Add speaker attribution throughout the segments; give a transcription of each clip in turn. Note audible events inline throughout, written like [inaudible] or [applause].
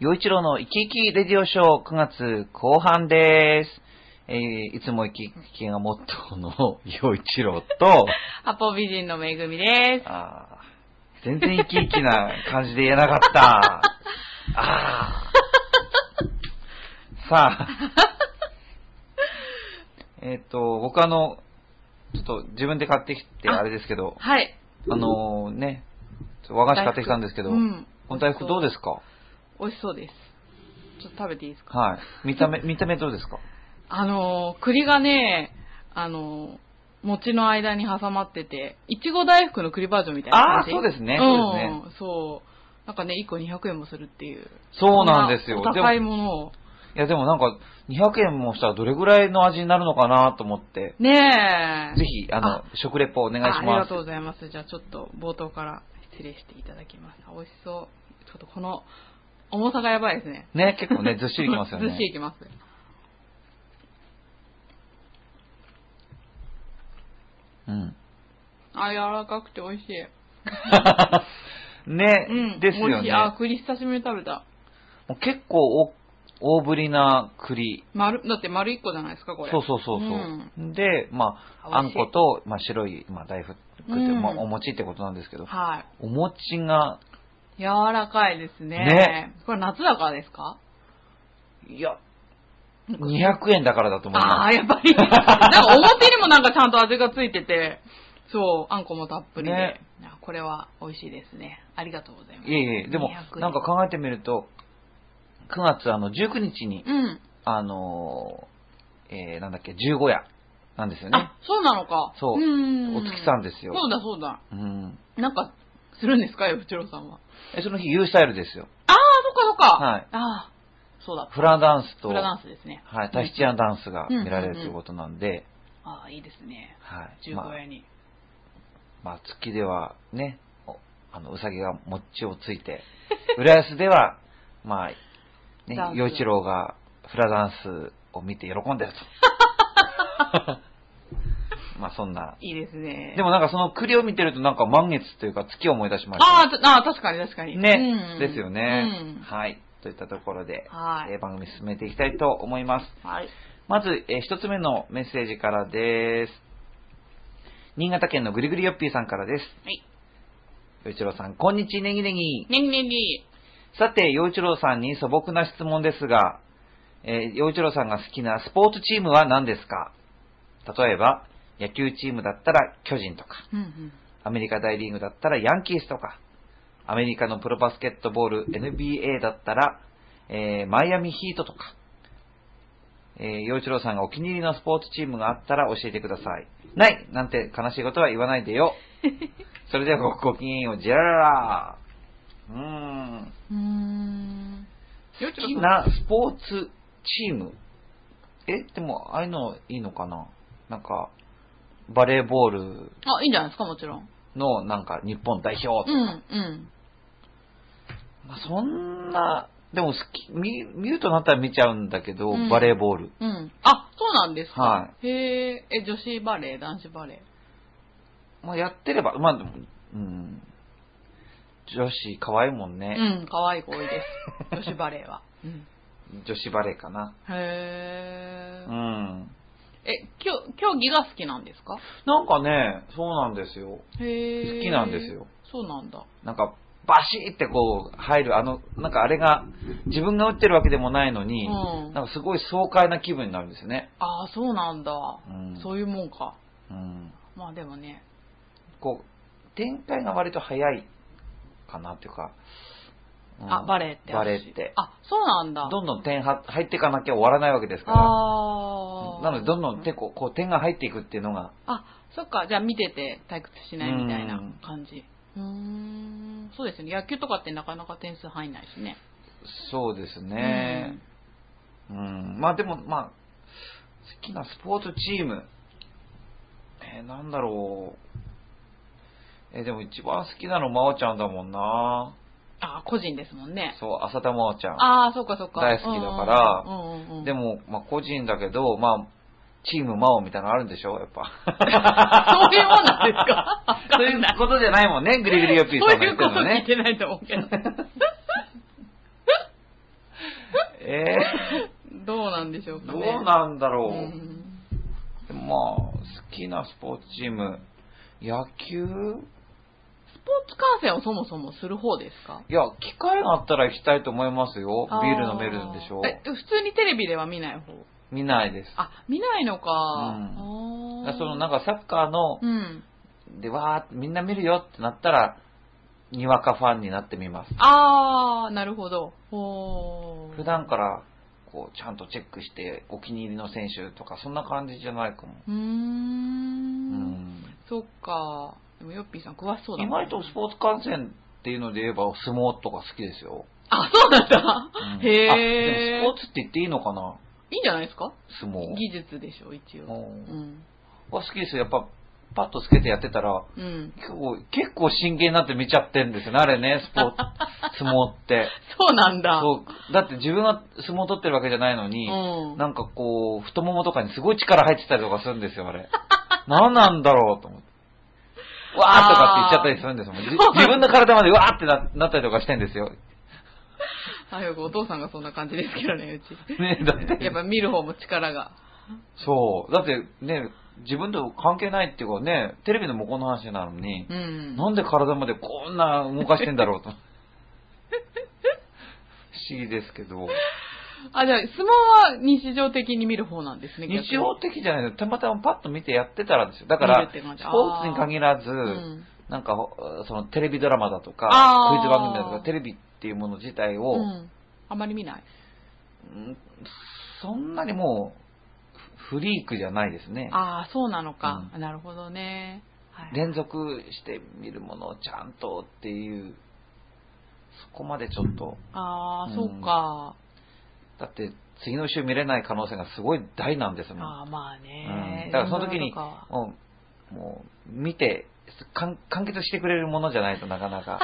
Speaker 1: 陽一郎の生き生きレディオショー9月後半です。えー、いつも生き生きがモットーの陽一郎
Speaker 2: [laughs]
Speaker 1: と、
Speaker 2: アポ美人のめぐみです。
Speaker 1: あー全然生き生きな感じで言えなか
Speaker 2: [laughs]
Speaker 1: った。あーさあ、
Speaker 2: [laughs]
Speaker 1: えっ、と、僕あの、ちょっと自分で買ってきて
Speaker 2: あ
Speaker 1: あれですけど、
Speaker 2: はい。
Speaker 1: あのーね、ちょっと和菓子買ってきたんですけど、
Speaker 2: うん
Speaker 1: この大福どうですか
Speaker 2: 美味しそうです。ちょっと食べていいですか
Speaker 1: はい。見た目、見た目どうですか
Speaker 2: あのー、栗がね、あのー、餅の間に挟まってて、いちご大福の栗バージョンみたいな感じ。
Speaker 1: あーそうですね
Speaker 2: うん、そう。なんかね、1個200円もするっていう。
Speaker 1: そうなんですよ。
Speaker 2: こなお
Speaker 1: でも
Speaker 2: 高いものを。
Speaker 1: いや、でもなんか、200円もしたらどれぐらいの味になるのかなと思って、
Speaker 2: ねえ。
Speaker 1: ぜひ、あの、食レポお願いし
Speaker 2: ああり
Speaker 1: ま
Speaker 2: が
Speaker 1: す
Speaker 2: とう。ございます。じゃあちょっと冒頭から失礼していただきます。美味しそう。ちょっとこの重さがやばいですね。
Speaker 1: ね、結構ね、ずっしりきますよ
Speaker 2: [laughs] ずっしり
Speaker 1: ね。
Speaker 2: いきます。
Speaker 1: うん。 [laughs]
Speaker 2: あ、柔らかくて美味しい。
Speaker 1: ね、
Speaker 2: うん。
Speaker 1: です
Speaker 2: 美
Speaker 1: よ
Speaker 2: 味しい。
Speaker 1: ね。
Speaker 2: あ、栗久しぶりに食べた。
Speaker 1: もう結構お大ぶりな栗。
Speaker 2: 丸、だって丸一個じゃないですか、これ。
Speaker 1: そうそうそうそう、で、まあ、あ
Speaker 2: 美味
Speaker 1: ん
Speaker 2: しい
Speaker 1: こと、まあ、白い、まあ、大福って、
Speaker 2: うん
Speaker 1: まあ、お餅ってことなんですけど、
Speaker 2: は
Speaker 1: お餅が、
Speaker 2: い。柔らかいですね。
Speaker 1: ね
Speaker 2: これ夏だからですか
Speaker 1: いや、200円だからだと思い
Speaker 2: あ
Speaker 1: ま
Speaker 2: あー、やっぱ
Speaker 1: [laughs]
Speaker 2: り。なんか表にもなんかちゃんと味がついてて、そう、あんこもたっぷりで。
Speaker 1: ね
Speaker 2: あこれは美味しいですね。ありがとうございます
Speaker 1: す。。いえいえ、でも
Speaker 2: 200、円
Speaker 1: なんか考えてみると、9月あの19日に、
Speaker 2: うん。
Speaker 1: あのー、えー、なんだっけ、十五夜なんですよね
Speaker 2: あ。、そうなのか。
Speaker 1: そう
Speaker 2: うん
Speaker 1: お月さんですよ。
Speaker 2: そうだそうだ。
Speaker 1: うん。
Speaker 2: なんか、するんですか、よふちろさんは。
Speaker 1: え、その日、ユースタイルですよ。
Speaker 2: ああ、そっかそっか。
Speaker 1: はい
Speaker 2: ああ、そうだ。
Speaker 1: フラダンスと、
Speaker 2: フラダ
Speaker 1: は
Speaker 2: ンスですね。
Speaker 1: い、タヒチアンダンスが見られるということなんで、
Speaker 2: ああ、いいですね。
Speaker 1: はい。
Speaker 2: 十
Speaker 1: ま
Speaker 2: 五
Speaker 1: あ、
Speaker 2: 夜に。
Speaker 1: まあ、月ではね、おあの、うさぎが餅をつい
Speaker 2: [laughs]
Speaker 1: て、浦安では、まあ、ね
Speaker 2: ダン、ス
Speaker 1: 洋一郎がフラダンスを見て喜ん
Speaker 2: [laughs]
Speaker 1: でると。まあ、そんな。
Speaker 2: いいですね。
Speaker 1: でもなんかその栗を見てるとなんか満月というか月を思い出しました。
Speaker 2: ああ、たああ、確かに確かに。
Speaker 1: ね、
Speaker 2: うん
Speaker 1: ですよね、
Speaker 2: うん
Speaker 1: はい。といったところで、
Speaker 2: はい
Speaker 1: えー番組進めていきたいと思います。
Speaker 2: はい。
Speaker 1: まず、えー一つ目のメッセージからです。新潟県のぐりぐりよっぴーさんからです。
Speaker 2: はい。
Speaker 1: よいちろうさん、こんにちは、ネギネギ。
Speaker 2: ねぎねぎ。
Speaker 1: さて、よいちろうさんに素朴な質問ですが、えー、よいちろうさんが好きなスポーツチームは何ですか例えば、野球チームだったら巨人とか。
Speaker 2: うんうん。
Speaker 1: アメリカ大リーグだったらヤンキースとか、アメリカのプロバスケットボール NBA だったら、えーマイアミヒートとか、えー、洋一郎さんがお気に入りのスポーツチームがあったら教えてください。ないなんて悲しいことは言わないでよ。それではごごきげんよう、ジェララうーん。
Speaker 2: うーん。よ
Speaker 1: 好きなスポーツチーム。え、でも、ああいうのいいのかななんか、バレーボール
Speaker 2: あ、いいんじゃないですか、もちろん。
Speaker 1: の、なんか、日本代表とか
Speaker 2: うん、うん。
Speaker 1: まあ、そんな、でも好き見、見るとなったら見ちゃうんだけど、
Speaker 2: うん
Speaker 1: バレーボール。
Speaker 2: うん。あ、そうなんですか。
Speaker 1: は
Speaker 2: へえ、え、女子バレー、男子バレー。
Speaker 1: まあ、やってれば、まあでも、うん。女子、可愛いもんね。
Speaker 2: うん、可愛い子多いです。女子バレーは。うん、
Speaker 1: 女子バレーかな。
Speaker 2: へ
Speaker 1: う
Speaker 2: え、
Speaker 1: ん。
Speaker 2: え、きょ競技が好きなんですか
Speaker 1: なんかね、そうなんですよ。
Speaker 2: へえ。
Speaker 1: 好きなんですよ。
Speaker 2: そうなんだ。
Speaker 1: なんか、バシーってこう、入る、あの、なんかあれが、自分が打ってるわけでもないの
Speaker 2: う
Speaker 1: に、
Speaker 2: ん。
Speaker 1: なんかすごい爽快な気分になるんですよね。
Speaker 2: ああ、そうなんだ、
Speaker 1: うん
Speaker 2: そういうもんか。
Speaker 1: うん。
Speaker 2: まあでもね。
Speaker 1: こう、展開が割と早いかなっていうか。うん
Speaker 2: あ、バレーって。
Speaker 1: バレーって。
Speaker 2: あ、そうなんだ。
Speaker 1: どんどん点は入っていかなきゃ終わらないわけですから。
Speaker 2: ああ。
Speaker 1: なので、どんどん手こうこう点が入っていくっていうのが、
Speaker 2: あ、そっか。じゃあ見てて退屈しないみたいな
Speaker 1: うん
Speaker 2: 感じ。うーん。そうですよね。野球とかってなかなか点数入んないしね。
Speaker 1: そうですね。うん。まあでも、まあ、好きなスポーツチーム。えーなんだろう。えーでも一番好きなの真央ちゃんだもんな。
Speaker 2: あー、個人ですもんね。
Speaker 1: そう、浅田真央ちゃん。
Speaker 2: ああ、そっかそっか。
Speaker 1: 大好きだから
Speaker 2: うんうんうんうん、
Speaker 1: でも、まあ個人だけど、まあ、チーム真央みたいなのあるんでしょやっぱ。
Speaker 2: [laughs] そういうもんなんですかわか
Speaker 1: [laughs] そうい
Speaker 2: ん
Speaker 1: う
Speaker 2: ない
Speaker 1: ことじゃない
Speaker 2: [laughs]
Speaker 1: もんね、グリグリヨッピー
Speaker 2: そう
Speaker 1: さんが言っ
Speaker 2: いう
Speaker 1: て
Speaker 2: こ
Speaker 1: る
Speaker 2: と
Speaker 1: の
Speaker 2: 聞い
Speaker 1: ね。
Speaker 2: てないと思うけど。
Speaker 1: え
Speaker 2: どうなんでしょう
Speaker 1: ー、
Speaker 2: か
Speaker 1: ど
Speaker 2: ね。
Speaker 1: うなんだろう。
Speaker 2: うん
Speaker 1: でもまあ、好きなスポーツチーム、野球
Speaker 2: スポーツ観戦をそもそもする方ですか
Speaker 1: いや、機会があったら行きたいと思いますよ。
Speaker 2: あー
Speaker 1: ビール飲めるんでしょ
Speaker 2: え、普通にテレビでは見ない方
Speaker 1: 見ないです。
Speaker 2: あ、見ないのか。
Speaker 1: だ
Speaker 2: あ
Speaker 1: から
Speaker 2: ー
Speaker 1: そのなんかサッカーの、
Speaker 2: うん。
Speaker 1: で、わーってみんな見るよってなったら、にわかファンになってみます。
Speaker 2: あー、なるほど。ほー
Speaker 1: 普段から、こう、ちゃんとチェックして、お気に入りの選手とか、そんな感じじゃないかも。
Speaker 2: うー。
Speaker 1: うんん。
Speaker 2: そっか。でも、ヨッピーさん詳しそうだ
Speaker 1: 意
Speaker 2: な
Speaker 1: 外とスポーツ観戦っていうので言えば、相撲とか好きですよ。
Speaker 2: あ、そうなんだ。
Speaker 1: うん
Speaker 2: へ
Speaker 1: あ
Speaker 2: ー
Speaker 1: でもスポーツって言っていいのかない
Speaker 2: いんじゃないですか
Speaker 1: 相撲。
Speaker 2: 技術でしょ、一応。
Speaker 1: うん
Speaker 2: うん。
Speaker 1: は好きですよ。やっぱ、パッとつけてやってたら、
Speaker 2: うん。
Speaker 1: 結構、結構真剣になって見ちゃってんですよね、あれね、スポーツ、相撲
Speaker 2: [laughs]
Speaker 1: って。
Speaker 2: そうなんだ。
Speaker 1: そう。だって自分が相撲取ってるわけじゃないのに、
Speaker 2: うん。
Speaker 1: なんかこう、太ももとかにすごい力入ってたりとかするんですよ、あれ。 [laughs] 何なんだろうと思って。わーとかって言っちゃったりするんです
Speaker 2: [laughs]
Speaker 1: もん。じ自分の体までわーってななったりとかしてんですよ。
Speaker 2: あ、よくお父さんがそんな感じですけどね、うち。
Speaker 1: ねだって
Speaker 2: やっぱ見る方も力が。
Speaker 1: そう。だってね、自分と関係ないっていうかね、テレビの向こうの話なのに、
Speaker 2: うん。
Speaker 1: なんで体までこんな動かしてんだ
Speaker 2: [laughs]
Speaker 1: ろうと。不思議ですけど。
Speaker 2: あ、じゃあ、相撲は日常的に見る方なんですね、
Speaker 1: 日常的じゃないですたまたまパッと見てやってたらですよ。だから、
Speaker 2: 見るって
Speaker 1: スポ
Speaker 2: 感じ
Speaker 1: ーツに限らず、
Speaker 2: 逆にうん。
Speaker 1: なんか、ほそのテレビドラマだとか
Speaker 2: あ、
Speaker 1: ク
Speaker 2: ー
Speaker 1: イズ番組だとか、テレビっていうもの自体を、
Speaker 2: うん。あまり見ない。
Speaker 1: うんそんなにもう、フフリークじゃないですね。
Speaker 2: ああ、そうなのか。なるほどね。はい。
Speaker 1: 連続して見るものをちゃんとっていう、そこまでちょっと、
Speaker 2: あ
Speaker 1: う
Speaker 2: あ、
Speaker 1: ん
Speaker 2: そうか。
Speaker 1: だって次の週見れない可能性がすごい大なんですもん。
Speaker 2: ああ、まあ
Speaker 1: う
Speaker 2: ね
Speaker 1: ん。だからその時に
Speaker 2: 世中は
Speaker 1: もう、もう見て、かん完結してくれるものじゃないとなかな
Speaker 2: [laughs]
Speaker 1: か。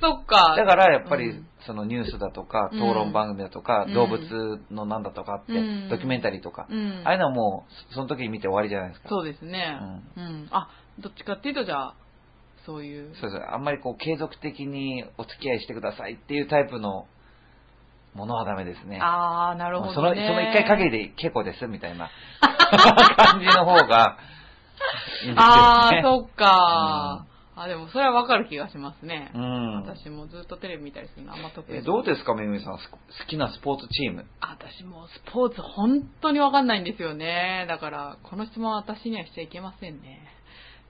Speaker 2: そっか。
Speaker 1: だからやっぱ
Speaker 2: う
Speaker 1: り
Speaker 2: ん、
Speaker 1: そのニュースだとか、
Speaker 2: うん
Speaker 1: 討論番組だとか、
Speaker 2: うん
Speaker 1: 動物のなんだとかって、
Speaker 2: うん
Speaker 1: ドキュメンタリーとか、
Speaker 2: うん
Speaker 1: ああいうのはもう、その時に見て終わりじゃないですか。
Speaker 2: そうですね。うん。あ、どっちかっていうと、じゃあ、そういう。
Speaker 1: そうです。あんまりこう、継続的にお付き合いしてくださいっていうタイプのものはダメですね。
Speaker 2: ああ、なるほ
Speaker 1: その、
Speaker 2: ど
Speaker 1: そ
Speaker 2: ね。
Speaker 1: の一回限りで結構です、みたい
Speaker 2: [laughs]
Speaker 1: な感じの方が、いいんですよね。
Speaker 2: ああ、そっか。あ、でもそれはわかる気がしますね
Speaker 1: う。ん。
Speaker 2: 私もずっとテレビ見たりするのあんま得意じゃ
Speaker 1: え
Speaker 2: ない
Speaker 1: どうですか、めぐみさん。す好きなスポーツチーム。
Speaker 2: 私もうスポーツ本当にわかんないんですよね。だから、この質問は私にはしちゃいけませんね。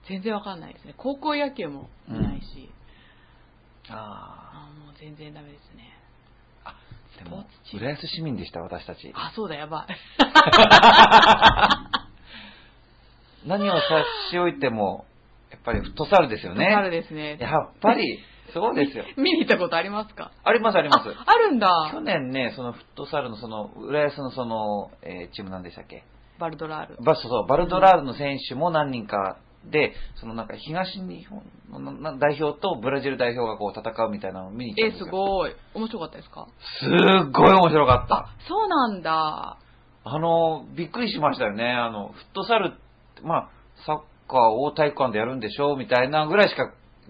Speaker 2: 全然わかんないですね。高校野球も見ないし、
Speaker 1: あ
Speaker 2: あーもう全然ダメですね。
Speaker 1: あ。で
Speaker 2: スポー
Speaker 1: も
Speaker 2: ツ、チーム
Speaker 1: 浦安市民でした、私たち。
Speaker 2: あ、そうだ、やばい。
Speaker 1: [laughs] 何を差し置いても、やっぱりフットサルですよね。
Speaker 2: あるですね。
Speaker 1: やっぱり、そうですよ。
Speaker 2: 見に行ったことありますか
Speaker 1: あります、あります。
Speaker 2: あ、あるん
Speaker 1: 去
Speaker 2: だ。
Speaker 1: 年ね、そのフットサルの、その、浦安のその、えーチームなんでしたっけ
Speaker 2: バルドラール。
Speaker 1: バそうそうバルドラールの選手も何人かで、そのなんか東日本のなな代表とブラジル代表がこう戦うみたいなのを見に行っ
Speaker 2: え、
Speaker 1: たんですすよ。
Speaker 2: ごい。面白かったですか
Speaker 1: すっごい面白かった。
Speaker 2: あ、そうなんだ。
Speaker 1: あの、びっくりしましたよね。あの、フットサルって、まあ、サッカーを体育館でやるんでしょうみたいなぐらいしか、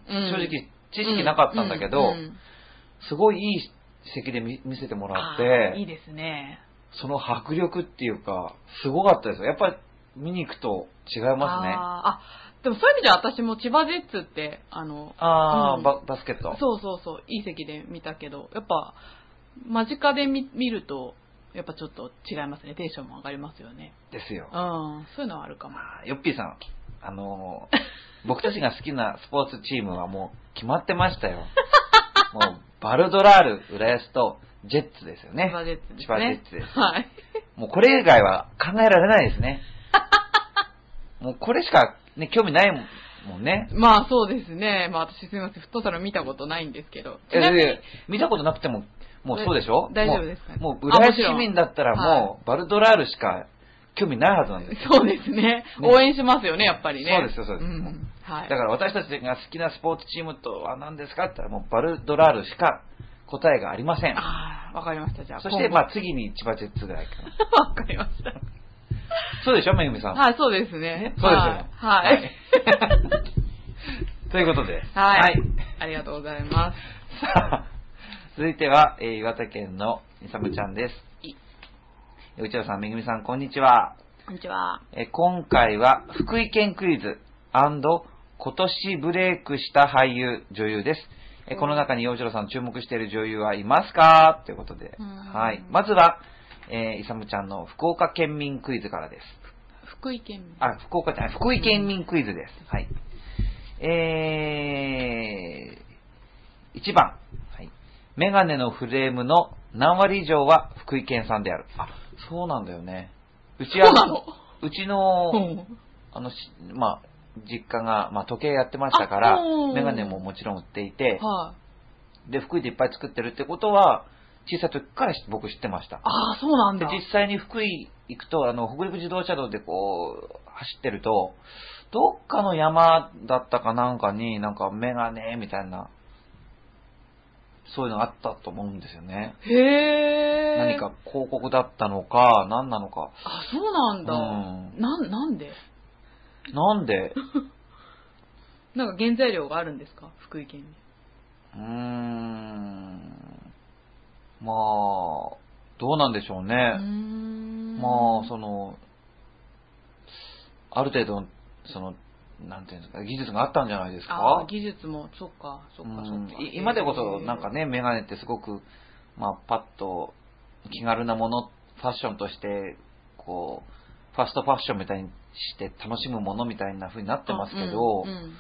Speaker 2: うん
Speaker 1: 正直知識なかったんだけど、
Speaker 2: ううん
Speaker 1: すごいいい席で見見せてもらっ
Speaker 2: あーいい
Speaker 1: て、
Speaker 2: ですね。
Speaker 1: その迫力っていうか、すごかったですよ。やっぱり見に行くと違いますね。
Speaker 2: あーあ、でもそういう意味じゃ私も千葉ジェッツって、あの、
Speaker 1: あー、
Speaker 2: うん
Speaker 1: ババスケット。
Speaker 2: そうそうそう、いい席で見たけど、やっぱ、間近で見見ると、やっぱちょっと違いますね。テンションも上がりますよね。
Speaker 1: ですよ
Speaker 2: う。ん、そういうのはあるかも。
Speaker 1: まあヨッピーさん、あの
Speaker 2: [laughs]
Speaker 1: ー僕たちが好きなスポーツチームはもう決まってましたよ。もう、バルドラール、浦安と、ジェッツですよね
Speaker 2: 千。葉ジェッツで
Speaker 1: 千
Speaker 2: すね。
Speaker 1: 葉ジェッツです
Speaker 2: はい。
Speaker 1: もうこれ以外は考えられないです
Speaker 2: [laughs]
Speaker 1: ね。もうこれしか、ね、興味ないもんね。
Speaker 2: まあそうですね。まあ私すみません。フットサル見たことないんですけど。
Speaker 1: え
Speaker 2: ちなみに
Speaker 1: え、見たことなくても、もうそうでしょ
Speaker 2: え大丈夫ですかね
Speaker 1: もう、もう
Speaker 2: あ
Speaker 1: 浦
Speaker 2: も
Speaker 1: 安
Speaker 2: ちろ
Speaker 1: 市
Speaker 2: ん
Speaker 1: 民だったらもう、バルドラールしか興味ないはずなんです。
Speaker 2: そうですね。応援しますよね、やっぱりね。
Speaker 1: そうですよそうです
Speaker 2: ん、は
Speaker 1: だ
Speaker 2: い。
Speaker 1: から私たちが好きなスポーツチームとは何ですかって言ったら、もうバルドラールしか答えがありません。
Speaker 2: ああ、わかりました、じゃあ。
Speaker 1: そして、
Speaker 2: 今後
Speaker 1: まあ次に千葉ジェッツぐらいかな。
Speaker 2: [laughs] わかりました。
Speaker 1: そうでしょ、めぐみさん。
Speaker 2: はい、そうです
Speaker 1: ね
Speaker 2: ね。
Speaker 1: そうですよ
Speaker 2: はい。 [laughs] はい。
Speaker 1: ということで。
Speaker 2: はい。ありがとうございます。
Speaker 1: さあ、続いては、えー岩手県のみさむちゃんです。えー内田さん、めぐみさん、こんにちは。
Speaker 2: こんにちは。
Speaker 1: えー今回は福井県クイズ今年ブレイクした俳優、女優です。えーこの中に洋一郎さん注目している女優はいますかということで、
Speaker 2: うん
Speaker 1: はい。まずは、えー、いさむちゃんの福岡県民クイズからです。
Speaker 2: 福井県民。
Speaker 1: あ、福岡じゃない、福井県民クイズです。はい。えー、1番。はい。メガネのフレームの何割以上は福井県産である。あ、そうなんだよね。うちは
Speaker 2: そうなの
Speaker 1: うちの、
Speaker 2: うん
Speaker 1: あの、しまあ、実家が、まあ、時計やってましたから
Speaker 2: あうん、
Speaker 1: メガネももちろん売っていて、
Speaker 2: はい。
Speaker 1: で、福井でいっぱい作ってるってことは、小さい時からし僕知ってました。
Speaker 2: ああ、そうなん
Speaker 1: で
Speaker 2: だ。
Speaker 1: 実際に福井行くと、あの、北陸自動車道でこう、走ってると、どっかの山だったかなんかに、なんかメガネみたいな、そういうのあったと思うんですよね。
Speaker 2: へえ。
Speaker 1: 何か広告だったのか、何なのか。
Speaker 2: あ、そうなんだ。
Speaker 1: う
Speaker 2: なん、なんで
Speaker 1: なんで、
Speaker 2: なんか原材料があるんですか福井県に。
Speaker 1: うーん、まあ、どうなんでしょう
Speaker 2: うー
Speaker 1: ね。
Speaker 2: ん
Speaker 1: まあ、その、ある程度の、その、なんていうんですか、技術があったんじゃないですか。
Speaker 2: あー技術も、そっか、そっか、そっか
Speaker 1: うん。い今でこそなんかね、メガネってすごく、まあ、パッと気軽なもの、ファッションとして、こう、ファストファッションみたいにして楽しむものみたいな風になってますけど、
Speaker 2: うんうん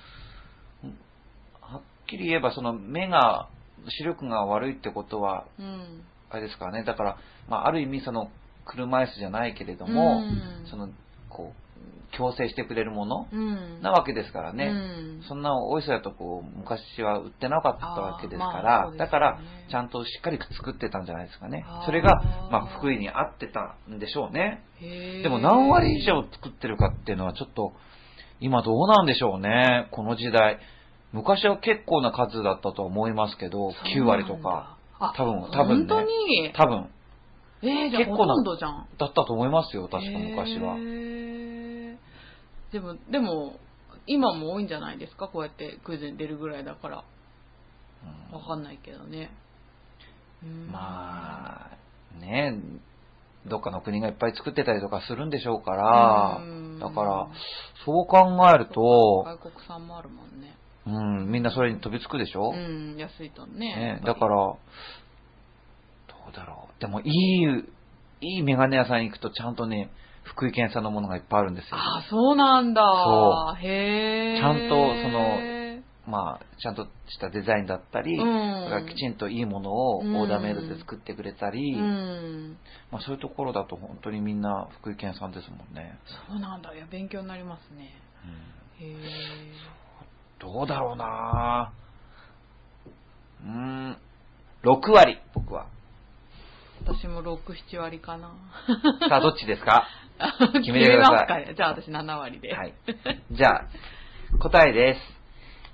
Speaker 1: はっきり言えばその目が、視力が悪いってことは、
Speaker 2: うん
Speaker 1: あれですからね、だから、まあ、ある意味その、車椅子じゃないけれども、
Speaker 2: うん
Speaker 1: その、こう、強制してくれるもの
Speaker 2: うん
Speaker 1: なわけですからね。
Speaker 2: うん
Speaker 1: そんなおいそやとこう昔は売ってなかったわけですか
Speaker 2: あーまあ
Speaker 1: ら、
Speaker 2: そうですよね
Speaker 1: だからちゃんとしっかり作ってたんじゃないですかね
Speaker 2: あー。
Speaker 1: それが、まあ、福井に合ってたんでしょうね。
Speaker 2: へー
Speaker 1: でも何割以上作ってるかっていうのはちょっと今どうなんでしょうね、この時代。昔は結構な数だったと思いますけど、9割とか、
Speaker 2: あ
Speaker 1: 多分多分ね
Speaker 2: 本当に
Speaker 1: 多分
Speaker 2: えー、じゃあ
Speaker 1: 結
Speaker 2: ほ
Speaker 1: 構な
Speaker 2: とんどじゃん
Speaker 1: だったと思いますよ、確か昔は
Speaker 2: へ。ーでもでも今も多いんじゃないですかこうやってクイズに出るぐらいだから
Speaker 1: うん
Speaker 2: わかんないけどねうん
Speaker 1: まあ、ねどっかの国がいっぱい作ってたりとかするんでしょうから
Speaker 2: うん、
Speaker 1: だから、そう考えると、
Speaker 2: 外国産もあるもんね
Speaker 1: うん、みんなそれに飛びつくでしょ、
Speaker 2: うん安いとねやっ
Speaker 1: ね
Speaker 2: ぱり
Speaker 1: だから、どうだろう。でも、いい、いいメガネ屋さん行くとちゃんとね、福井県産のものがいっぱいあるんですよ。
Speaker 2: ああそうなんだ
Speaker 1: そ
Speaker 2: へえ
Speaker 1: ちゃんとそのまあ、ちゃんとしたデザインだったり、
Speaker 2: うん
Speaker 1: それからきちんといいものをオ
Speaker 2: うん
Speaker 1: ーダーメイドで作ってくれたり、
Speaker 2: うん
Speaker 1: まあそういうところだと本当にみんな福井県産ですもんね。
Speaker 2: そうなんだいや勉強になりますね
Speaker 1: うん
Speaker 2: へえ
Speaker 1: どうだろうなぁうーん、6割、僕は。
Speaker 2: 私も67割かな
Speaker 1: さあ、どっちですか
Speaker 2: [laughs] 決
Speaker 1: [laughs] 決めてください
Speaker 2: ますかじゃあ私7割で
Speaker 1: はい。じゃあ、答えです。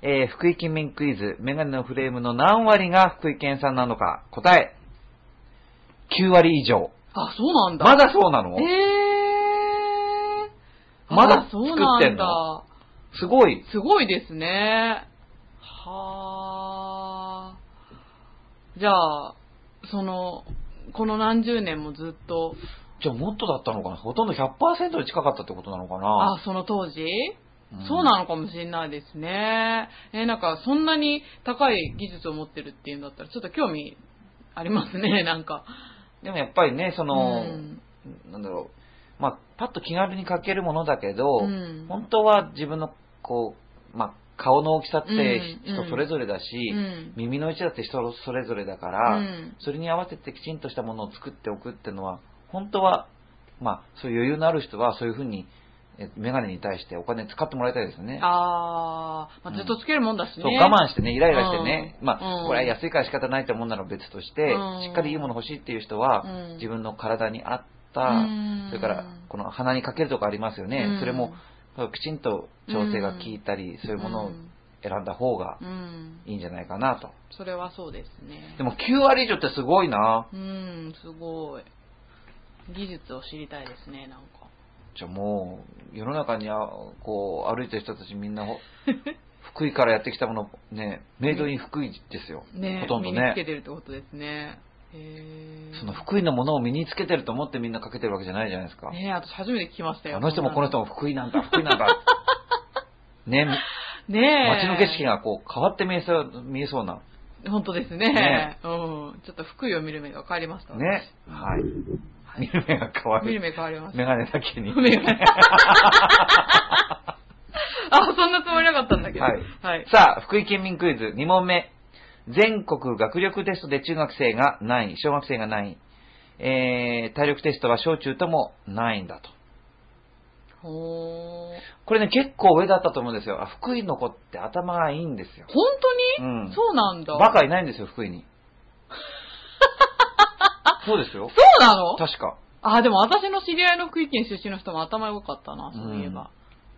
Speaker 1: えー、福井県民クイズ、メガネのフレームの何割が福井県産なのか、答え、9割以上。
Speaker 2: あそうなんだ
Speaker 1: まだそうなの
Speaker 2: へえ
Speaker 1: まだ
Speaker 2: そう
Speaker 1: 作
Speaker 2: な
Speaker 1: って
Speaker 2: ん
Speaker 1: ん
Speaker 2: だ
Speaker 1: のすごい。
Speaker 2: すごいですねはあじゃあそのこの何十年もずっと
Speaker 1: じゃあ、もっとだったのかなほとんど100%に近かったってことなのかな
Speaker 2: あ、その当時、
Speaker 1: うん
Speaker 2: そうなのかもしれないですね。えーなんか、そんなに高い技術を持ってるっていうんだったら、ちょっと興味ありますね、 [laughs] なんか。
Speaker 1: でもやっぱりね、その、
Speaker 2: うん
Speaker 1: なんだろう、まあ、パッと気軽に描けるものだけど、
Speaker 2: うん
Speaker 1: 本当は自分のこう、まあ、顔の大きさって
Speaker 2: うんうん
Speaker 1: 人それぞれだし、
Speaker 2: うん
Speaker 1: 耳の位置だって人それぞれだか
Speaker 2: う
Speaker 1: ら、
Speaker 2: ん
Speaker 1: それに合わせてきちんとしたものを作っておくっていうのは本当は、まあ、そういう余裕のある人はそういうふうにえメガネに対してお金使ってもらいたいですよね。
Speaker 2: あー、まあ、ずっとつけるもんだしね。
Speaker 1: そう我慢してね、イライラしてね、
Speaker 2: うん
Speaker 1: ま
Speaker 2: う
Speaker 1: あ、
Speaker 2: ん
Speaker 1: これは安いから仕方ないと思うなら別として、
Speaker 2: うん
Speaker 1: しっかりいいもの欲しいっていう人は、
Speaker 2: うん
Speaker 1: 自分の体に合った、
Speaker 2: うん
Speaker 1: それから、この鼻にかけるとかありますよね。
Speaker 2: うん
Speaker 1: それも、きちんと調整が効いたり、そういうものを選んだ方が
Speaker 2: うん。うん
Speaker 1: いいんじゃないかなと。
Speaker 2: それはそうですね
Speaker 1: で。も9割以上ってすごいな。
Speaker 2: うん、すごい。技術を知りたいですね、なんか。 [laughs]
Speaker 1: じゃあもう、世の中にあこう歩いてる人たちみんなほ、福井からやってきたもの、ね、メイドイン福井ですよ。
Speaker 2: ね
Speaker 1: ほとんど
Speaker 2: 身につけ
Speaker 1: ね。
Speaker 2: てるってことですね。へー
Speaker 1: その福井のものを身につけてると思ってみんなかけてるわけじゃないじゃないですか。
Speaker 2: ねえ、私初めて聞きましたよ。
Speaker 1: あの人もこの人も福井なんだ、福井なん
Speaker 2: [laughs]
Speaker 1: だ。ね、
Speaker 2: ねえ。
Speaker 1: 街の景色がこう変わって見えそう見えそうな。
Speaker 2: 本当ですね。
Speaker 1: ね
Speaker 2: うん。ちょっと福井を見る目が変わりました。
Speaker 1: ね。はい。見る目が変わ
Speaker 2: 私。見る
Speaker 1: る。
Speaker 2: 目変わりました。
Speaker 1: メガネだけに。
Speaker 2: 目が。あ、そんなつもりなかったんだけど。
Speaker 1: はい
Speaker 2: はい。
Speaker 1: さあ、福井県民クイズ2問目。全国学力テストで中学生が何位、小学生が何位、えー、体力テストは小中とも何位だと。
Speaker 2: ほー。
Speaker 1: これね、結構上だったと思うんですよ。あ福井の子って頭がいいんですよ。
Speaker 2: 本
Speaker 1: う
Speaker 2: 当に、
Speaker 1: ん。
Speaker 2: そうなんだ。
Speaker 1: バカいないんですよ、福
Speaker 2: [laughs]
Speaker 1: 井に。そうですよ
Speaker 2: そ。うなの
Speaker 1: 確か。
Speaker 2: あ、でも私の知り合いの福井県出身の人も頭良かったな、そういえば。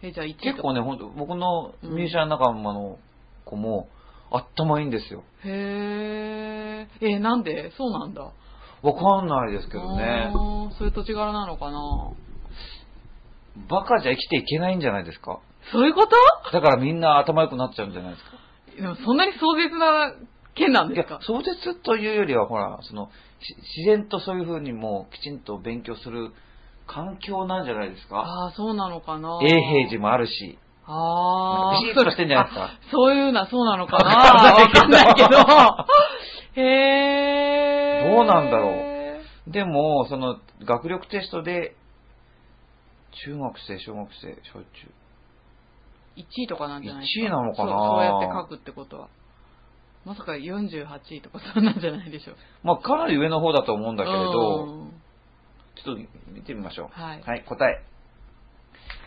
Speaker 2: え、じゃあ1位とか。
Speaker 1: 結構ね、ほんと、僕のミュージシャン仲間の子も、頭いいんですよ。
Speaker 2: へー。え、なんでそうなんだ。
Speaker 1: わかんないですけどね。
Speaker 2: あーそういう土地柄なのかな。
Speaker 1: バカじゃ生きていけないんじゃないですか。
Speaker 2: そういうこと
Speaker 1: だからみんな頭良くなっちゃうんじゃないですか。
Speaker 2: でもそんなに壮絶な県なん
Speaker 1: い
Speaker 2: です
Speaker 1: や
Speaker 2: か、
Speaker 1: 壮絶というよりは、ほら、その、し自然とそういうふうにもうきちんと勉強する環境なんじゃないですか
Speaker 2: ああ、そうなのかな。
Speaker 1: 永平寺もあるし、
Speaker 2: あ
Speaker 1: な
Speaker 2: あ。
Speaker 1: んかビシ [laughs] ッとしてんじゃないですか
Speaker 2: あそういうな、そうなのかな。
Speaker 1: わ
Speaker 2: わ
Speaker 1: か
Speaker 2: か
Speaker 1: ん
Speaker 2: ん
Speaker 1: な
Speaker 2: ないい
Speaker 1: け
Speaker 2: け
Speaker 1: ど
Speaker 2: ど。
Speaker 1: [laughs]
Speaker 2: へえ。
Speaker 1: どうなんだろ
Speaker 2: う。
Speaker 1: でも、その、学力テストで、中学生、小学生、小中。
Speaker 2: 1位とかなんじゃないですか。
Speaker 1: 一位なのかな
Speaker 2: そうそうやって書くってことは。まさか48位とかそんなんじゃないでしょう。
Speaker 1: まあ、かなり上の方だと思うんだけれ
Speaker 2: う
Speaker 1: ど、
Speaker 2: ん
Speaker 1: ちょっと見てみましょう。
Speaker 2: はい。
Speaker 1: はい、答え。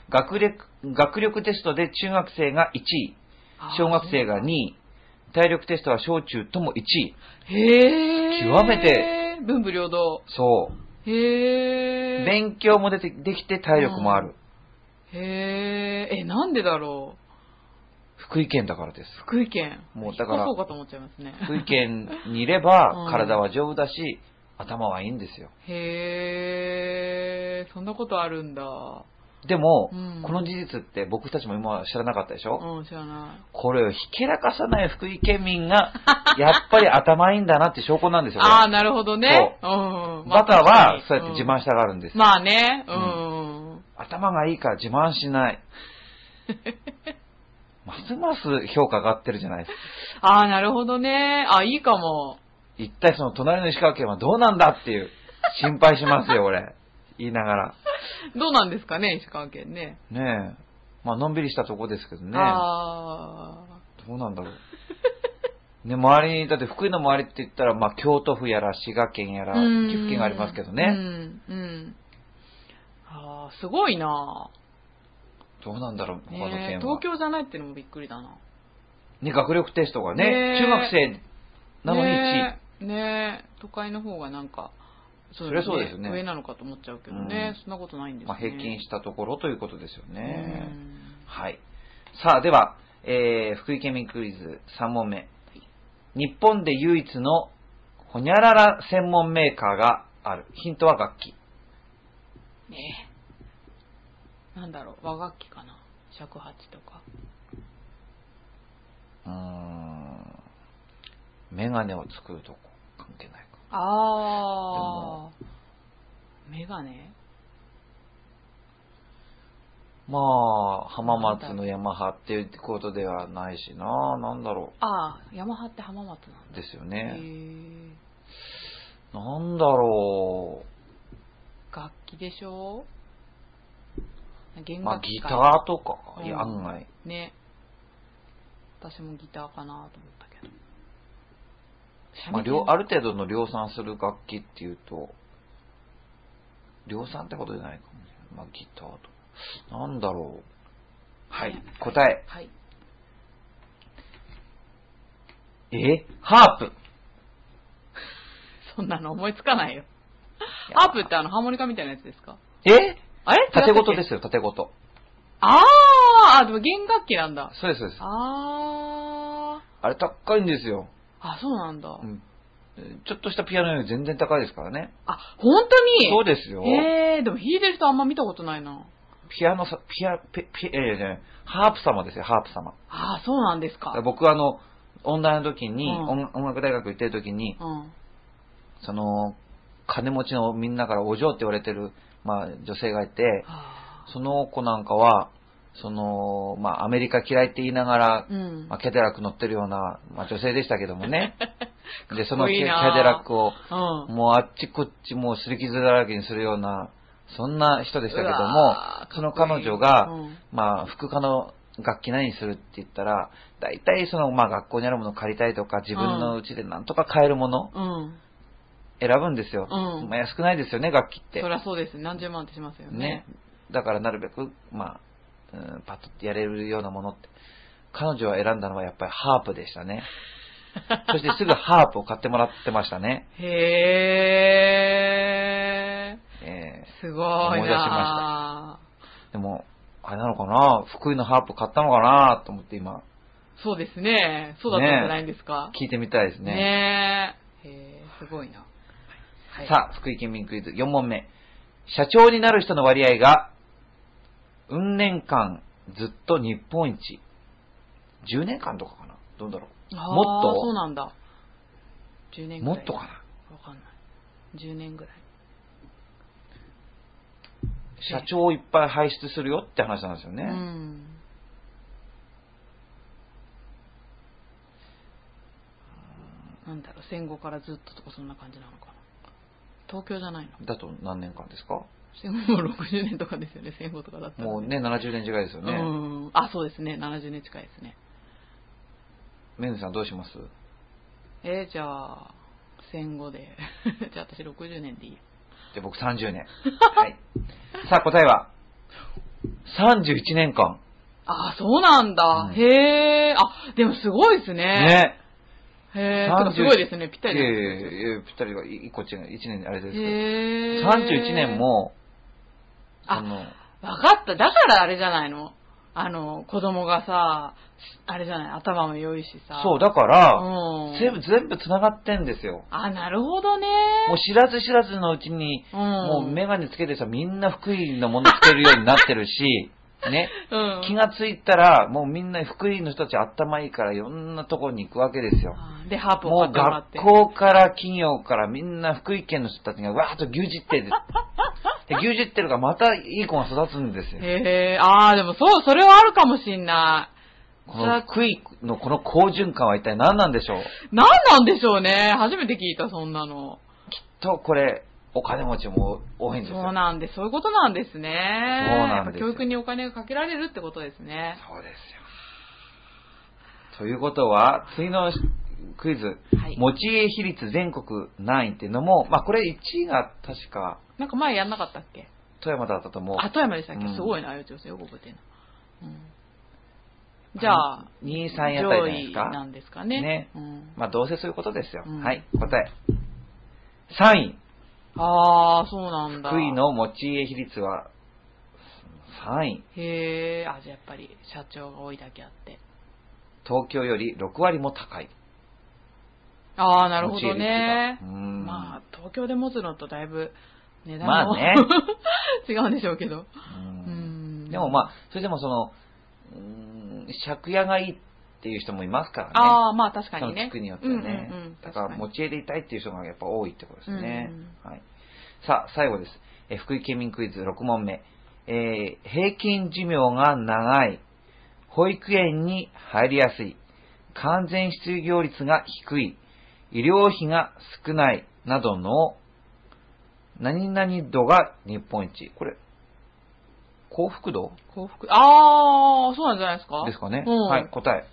Speaker 1: 学力、学力テストで中学生が1位、小学生が2位、体力テストは小中とも1位。
Speaker 2: へえ。
Speaker 1: 極めて。
Speaker 2: 文武両道。
Speaker 1: そう。
Speaker 2: へえ。
Speaker 1: 勉強も出てできて体力もある、
Speaker 2: へえ。え、なんでだろう。
Speaker 1: 福井県だからです
Speaker 2: 福井県。
Speaker 1: もうだから
Speaker 2: 引っ越そうかと思っちゃいますね。
Speaker 1: 福井県にいれ
Speaker 2: う
Speaker 1: ば
Speaker 2: ん
Speaker 1: 体は丈夫だし、頭はいいんですよ
Speaker 2: へえ、そんなことあるんだ。
Speaker 1: でも、
Speaker 2: うん
Speaker 1: この事実って僕たちも今は知らなかったでしょ、
Speaker 2: うん、知らない。
Speaker 1: これをひけらかさない福井県民
Speaker 2: [laughs]
Speaker 1: がやっぱり頭いいんだなって証拠なんですよこれ
Speaker 2: ああ、なるほどね。うん。まあ
Speaker 1: バカはそうやって
Speaker 2: 確かに
Speaker 1: 自慢したがるんです、
Speaker 2: うんまあね、う。
Speaker 1: うん頭がいいから自慢しない
Speaker 2: [laughs]
Speaker 1: ますます評価上がってるじゃないですか
Speaker 2: ああ、なるほどね。あいいかも。
Speaker 1: 一体その隣の石川県はどうなんだっていう心配しますよ、俺。言いながら。
Speaker 2: どうなんですかね、石川県ね。
Speaker 1: ねえ。まあ、のんびりしたとこですけどね。
Speaker 2: ああ。
Speaker 1: どうなんだろう。ね、周りに、だって福井の周りって言ったら、まあ、京都府やら滋賀県やら、
Speaker 2: うん
Speaker 1: 岐阜県がありますけど
Speaker 2: う
Speaker 1: ね。
Speaker 2: ん、うん。ああ、すごいな
Speaker 1: どうなんだろう、他の
Speaker 2: ね
Speaker 1: 県
Speaker 2: え
Speaker 1: は
Speaker 2: 東。京じゃないってのもびっくりだな。
Speaker 1: ね、学力テストがね、
Speaker 2: ねえ
Speaker 1: 中学生なのに1位
Speaker 2: ね。えねえ都会の方がなんか、そ
Speaker 1: りゃそうですよね
Speaker 2: 上なのかと思っちゃうけどね、
Speaker 1: うん
Speaker 2: そんなことないんですね。
Speaker 1: まあ、平均したところということですよ
Speaker 2: て
Speaker 1: ね。はい。さあ、では、えー、福井県民クイズ3問目。日本で唯一のほにゃらら専門メーカーがある。ヒントは楽器。
Speaker 2: ねえ。なんだろう、和楽器かな。尺八とか。
Speaker 1: うーん。メガネを作るとこ。関係ないか。
Speaker 2: あー。メガネ
Speaker 1: まあ、浜松のヤマハっていうことではないしな。なんだろ
Speaker 2: あー、ヤマハって浜松なん
Speaker 1: う。ですよ
Speaker 2: だ。へ
Speaker 1: ね。
Speaker 2: ー
Speaker 1: なんだろ
Speaker 2: 楽器でしょ
Speaker 1: う。
Speaker 2: 弦
Speaker 1: まあ、
Speaker 2: 楽
Speaker 1: ギ
Speaker 2: 器
Speaker 1: タ
Speaker 2: か
Speaker 1: ーとか。
Speaker 2: うん
Speaker 1: いや、案外。
Speaker 2: ね私もギターかなと思ったけど
Speaker 1: まあ、量ある程度の量産する楽器っていうと、量産ってことじゃないかもね。まあ、ギターと。なんだろう。はい
Speaker 2: ね、
Speaker 1: 答え。
Speaker 2: はい
Speaker 1: えハープ。
Speaker 2: そんなの思いつかないよ
Speaker 1: いや
Speaker 2: ハープってあのハーモニカみたいなやつですか
Speaker 1: え
Speaker 2: あれ
Speaker 1: 縦ごとですすよ、縦ごと。
Speaker 2: あーあでも弦楽器なんだ
Speaker 1: そうです、そうです。
Speaker 2: あー
Speaker 1: あれ高いんですよ。
Speaker 2: あそうなんだ、
Speaker 1: うんちょっとしたピアノより全然高いですからね。
Speaker 2: あ本当に
Speaker 1: そうですよ。
Speaker 2: へえでも弾いてる人あんま見たことないな
Speaker 1: ピアノさ、ピア、ピ、ピ、えー、じゃないハープ様ですよ、ハープ様。
Speaker 2: ああ、そうなんですか。
Speaker 1: 僕はあの、音大の時に、
Speaker 2: うん
Speaker 1: 音音楽大学行ってる時に、
Speaker 2: うん。
Speaker 1: その、金持ちのみんなからお嬢って言われてる、まあ、女性がいて、
Speaker 2: はあ
Speaker 1: その子なんかは、その、まあ、アメリカ嫌いって言いながら、
Speaker 2: うん
Speaker 1: まあ、キャデラック乗ってるような、まあ、女性でしたけども
Speaker 2: [laughs]
Speaker 1: ね。で、そ
Speaker 2: かっ
Speaker 1: の
Speaker 2: こ
Speaker 1: キ
Speaker 2: い
Speaker 1: ャ
Speaker 2: い
Speaker 1: デ
Speaker 2: な
Speaker 1: ラックを、
Speaker 2: うん。
Speaker 1: もうあっちこっちもう擦り傷だらけにするような、そんな人でしたけど
Speaker 2: う
Speaker 1: も、
Speaker 2: わー
Speaker 1: その彼女が
Speaker 2: かっこいいうん
Speaker 1: まあ、副科の楽器何するって言ったら、大体その、まあ、学校にあるものを借りたいとか、自分の家でなんとか買えるもの
Speaker 2: うん。
Speaker 1: 選ぶんですよ。
Speaker 2: うん
Speaker 1: まあ、安くないですよね、楽器って
Speaker 2: そ。りゃそうです。何十万ってしますよね
Speaker 1: ね。。だからなるべく、まあ、うん、パッとってやれるようなものって。彼女は選んだのはやっぱりハープでした
Speaker 2: [laughs]
Speaker 1: ね。そしてすぐハープを買ってもらってましたね。
Speaker 2: へ
Speaker 1: え
Speaker 2: ー。すごいな
Speaker 1: 思い出しまーでも、あれなのかな福井のハープ買ったのかなと思って今、
Speaker 2: そうですね。そうだったんじゃないんですか。
Speaker 1: 聞いてみたいですね。
Speaker 2: ねえ。へー、すごいな。はい
Speaker 1: さあ、福井県民クイズ4問目。社長になる人の割合が、うん年間ずっと日本一。10年間とかかなどうだろ
Speaker 2: あー
Speaker 1: もっと
Speaker 2: そうなんだ。10年
Speaker 1: う
Speaker 2: ぐら
Speaker 1: も
Speaker 2: い。
Speaker 1: っとかな
Speaker 2: わかんない。10年ぐらい。
Speaker 1: 社長をいっぱい輩出するよって話なんですよね。
Speaker 2: うん。なんだろう、戦後からずっととかそんな感じなのかな。東京じゃないの
Speaker 1: だと何年間ですか
Speaker 2: 戦後も60年とかですよね、戦後とかだったら
Speaker 1: もうね、70年近いですよ
Speaker 2: う
Speaker 1: ね。
Speaker 2: ん。あ、そうですね、70年近いですね。
Speaker 1: メンズさんどうします
Speaker 2: えーじゃあ、戦後で。 [laughs] じゃあ私60年でいいよ。
Speaker 1: じゃあ僕30年。はい。さあ答えは、31年間。
Speaker 2: あー、そうなんだ。
Speaker 1: うん
Speaker 2: へえ。あ、でもすごいですね。
Speaker 1: ね。
Speaker 2: へえ。
Speaker 1: 30
Speaker 2: てかすごいですね、ぴったり
Speaker 1: い
Speaker 2: で
Speaker 1: やい
Speaker 2: す
Speaker 1: やいやいやぴったりが1個違う。1年あれですけど。
Speaker 2: へー
Speaker 1: 31年。も、
Speaker 2: あ
Speaker 1: その、
Speaker 2: わかった。だからあれじゃないのあの、子供がさ、あれじゃない、頭も良いしさ。
Speaker 1: そう、
Speaker 2: う
Speaker 1: だから、
Speaker 2: うん。
Speaker 1: 全部、全部繋がってんですよ。
Speaker 2: あ、なるほどね。
Speaker 1: もう知らず知らずのうちに、
Speaker 2: うん
Speaker 1: もうメガネつけてさ、みんな福井のものつけるようになってるし、ね。
Speaker 2: うん。
Speaker 1: 気がついたら、もうみんな福井の人たち頭いいからいろんなところに行くわけですよ。
Speaker 2: あーで、ハープを
Speaker 1: も
Speaker 2: 買っ
Speaker 1: う
Speaker 2: てもらって。
Speaker 1: 学校から企業からみんな福井県の人たちがわーっと牛耳ってる。
Speaker 2: [laughs]
Speaker 1: で牛耳ってるからまたいい子が育つんですよ。
Speaker 2: へえ、ああ、でもそう、それはあるかもしんない。
Speaker 1: この福井のこの好循環は一体何なんでしょう
Speaker 2: 何なんでしょうね。初めて聞いた、そんなの。
Speaker 1: と、これ、お金持ちも多いんですよ。
Speaker 2: そうなんで、そういうことなんですね。
Speaker 1: そうなんですよ
Speaker 2: やっぱ教育にお金がかけられるってことですね。
Speaker 1: そうですよ。ということは、次のクイズ、
Speaker 2: はい
Speaker 1: 持ち家比率全国何位っていうのも、まあこれ1位が確か
Speaker 2: なんか前やんなかったっけ
Speaker 1: 富山だったと思う。
Speaker 2: あ、富山でしたっけ、
Speaker 1: うん
Speaker 2: すごいな、あゆちょうさん。よく覚えてるな。うん、じゃあ、
Speaker 1: 2位、3位あたりじゃ
Speaker 2: 上
Speaker 1: ないです
Speaker 2: 位
Speaker 1: か。
Speaker 2: なんですかね。
Speaker 1: ね
Speaker 2: うん、
Speaker 1: まあどうせそういうことですよ。
Speaker 2: うん
Speaker 1: はい、答え。3位、
Speaker 2: ああ、そうなんだ。
Speaker 1: 福井。の持ち家比率は3位。
Speaker 2: へえ、あ、じゃあやっぱり社長が多いだけあって。
Speaker 1: 東京より6割も高い。
Speaker 2: ああ、なるほど
Speaker 1: 持
Speaker 2: ね
Speaker 1: ち家率。がうん
Speaker 2: まあ、東京で持つのとだいぶ値段も、
Speaker 1: まあね
Speaker 2: [laughs] 違うんでしょうけど。
Speaker 1: うん
Speaker 2: うん
Speaker 1: でもまあ、それでもその、うーん借家がいいっていう人もいますからね。
Speaker 2: ああ、まあ確か
Speaker 1: そ
Speaker 2: に
Speaker 1: の
Speaker 2: ね。
Speaker 1: 地区によってはね。
Speaker 2: うんうんうん、
Speaker 1: だから、持
Speaker 2: 確
Speaker 1: ち家でいたいっていう人がやっぱ多いってことですね。
Speaker 2: うん
Speaker 1: はい。さあ、最後です。えー福井県民クイズ6問目。えー平均寿命が長い。保育園に入りやすい。完全失業率が低い。医療費が少ない。などの、何々度が日本一。これ、幸福度
Speaker 2: に幸福。ああ、そうなんじゃないですか
Speaker 1: ですかね。
Speaker 2: うん、
Speaker 1: はい、答え。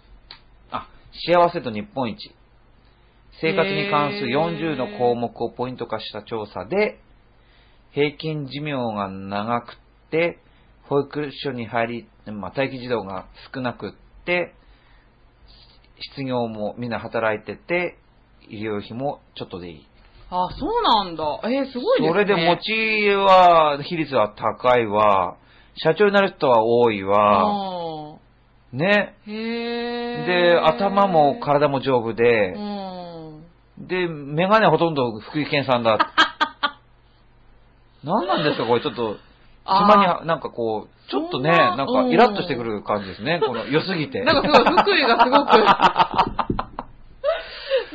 Speaker 1: あ、幸せと日本一。生活に関する
Speaker 2: へー
Speaker 1: 40の項目をポイント化した調査で、平均寿命が長くて、保育所に入り、まあ、待機児童が少なくって、失業もみんな働いてて、医療費もちょっとでいい。
Speaker 2: ああ、そうなんだ。えー、すごいですね。
Speaker 1: それで持ち家は、比率は高いわ、社長になる人は多いわ、
Speaker 2: あ
Speaker 1: ね。
Speaker 2: へえ。
Speaker 1: で、頭も
Speaker 2: ら
Speaker 1: 体も丈夫で
Speaker 2: う、ん。
Speaker 1: で、メ
Speaker 2: [laughs]
Speaker 1: ガネほとんど福井県産だ。何なんですか、これちょっと、たまに
Speaker 2: あ
Speaker 1: は、なんかこう、ちょっとね、
Speaker 2: そんな
Speaker 1: なんかイラッとしてくる感じですね。この良すぎて。
Speaker 2: ーなんかすごい、福井がすごく、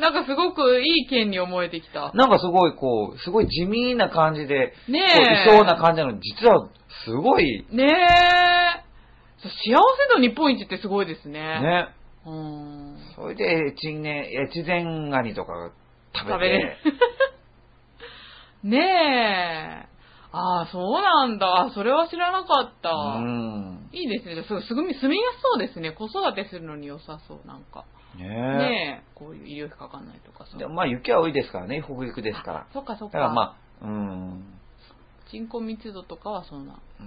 Speaker 1: [laughs]
Speaker 2: なんかすごくいい県に思えてきた。
Speaker 1: なんかすごいこう、すごい地味な感じで、こう
Speaker 2: ね
Speaker 1: い
Speaker 2: え。
Speaker 1: そうな感じなのに、実はすごい、
Speaker 2: ねえ。そう幸せ度日本一ってすごいですね。
Speaker 1: ね。
Speaker 2: うん。
Speaker 1: それで、越前、越前ガニとか食べ
Speaker 2: 食べれる
Speaker 1: て、
Speaker 2: ねえ。ああ、そうなんだ。あそれは知らなかった。
Speaker 1: うん。
Speaker 2: いいですね。じゃあすごいすぐみ住みやすそうですね。子育てするのに良さそう、なんか。
Speaker 1: ね
Speaker 2: ねえ。こういう医療費かかんないとかさ
Speaker 1: え。。でもまあ雪は多いですからね、北陸ですから。
Speaker 2: そっかそっ
Speaker 1: だ
Speaker 2: か。
Speaker 1: からまあ、うん。
Speaker 2: 人口密度とかはそんな。
Speaker 1: うー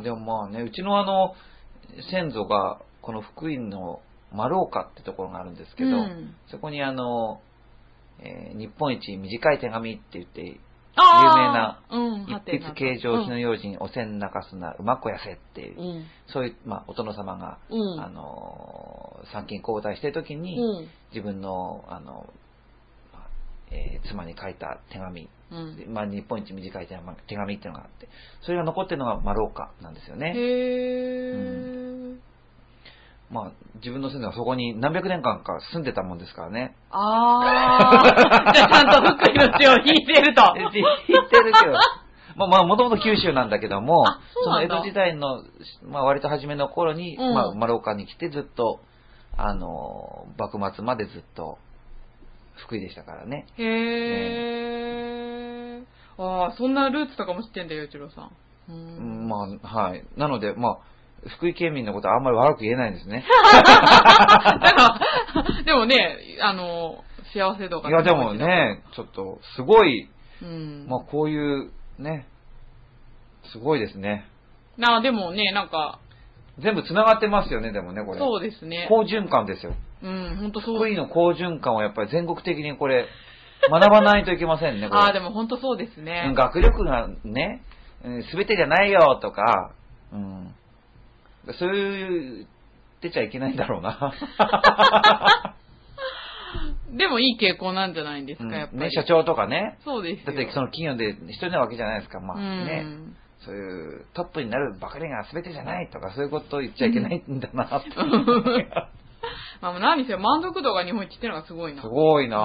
Speaker 1: んでもまあね、うちのあの、先祖が、この福井の丸岡ってところがあるんですけど、
Speaker 2: うん
Speaker 1: そこにあの、えー日本一短い手紙って言って、
Speaker 2: ああ有名
Speaker 1: 一筆形状日の用心、おせんなかすな、馬子やせっていう
Speaker 2: う、ん。
Speaker 1: そういう、まあ、お殿様が、
Speaker 2: うん。
Speaker 1: あのー、参勤交代してる時に、
Speaker 2: うん。
Speaker 1: 自分の、あの、まあえー妻に書いた手紙、
Speaker 2: うん。
Speaker 1: まあ、日本一短い手紙手紙っていうのがあって、それが残ってるのが丸岡なんですよね。
Speaker 2: へえ。
Speaker 1: まあ、自分の住んではそこに何百年間か住んでたもんですからね。
Speaker 2: ああ。じゃあちゃんと福井の血を引いてると。
Speaker 1: え言ってるけど。
Speaker 2: [laughs]
Speaker 1: まあまあ、もともと九州なんだけども
Speaker 2: あ、そう
Speaker 1: の
Speaker 2: な
Speaker 1: 江
Speaker 2: んだ
Speaker 1: 戸時代の、まあ割と初めの頃に、
Speaker 2: うん
Speaker 1: まあ丸岡に来てずっと、あの、幕末までずっと、福井でしたからね。
Speaker 2: へえ。ああ、そんなルーツとかも知ってんだよ、一郎さん。う。
Speaker 1: うんん
Speaker 2: [laughs]
Speaker 1: まあ、はい。なので、まあ、福井県民のことはあんまり悪く言えないんですね。
Speaker 2: だから、でもね、あの、幸せ度が。
Speaker 1: いや、でも。ね、ちょっと、すごい、
Speaker 2: うん。
Speaker 1: まあこういう、ね、すごいですね。
Speaker 2: なあ、でもね、なんか、
Speaker 1: 全部繋がってますよね、でもね、これ。
Speaker 2: そうですね。
Speaker 1: 好循環ですよ。
Speaker 2: うん、ほんとそう。
Speaker 1: 福井の好循環をやっぱり全国的にこれ、学ばないといけませんね、これ。
Speaker 2: ああ、でもほんとそうですね。
Speaker 1: うん学力がね、すべてじゃないよとか、うん。そういう、出ちゃいけないんだろう
Speaker 2: [laughs]
Speaker 1: な。
Speaker 2: でもいい傾向なんじゃないんですか、やっぱ
Speaker 1: うん
Speaker 2: り。
Speaker 1: ね、社長とかね。
Speaker 2: そうですよ。
Speaker 1: だってその企業で一人なわけじゃないですか、まあね。
Speaker 2: うん
Speaker 1: そういうトップになるばかりが全てじゃないとか、そういうことを言っちゃいけないんだな
Speaker 2: [laughs]
Speaker 1: って。
Speaker 2: まあ、何せよ満足度が日本一ってのがすごいな。
Speaker 1: すごいな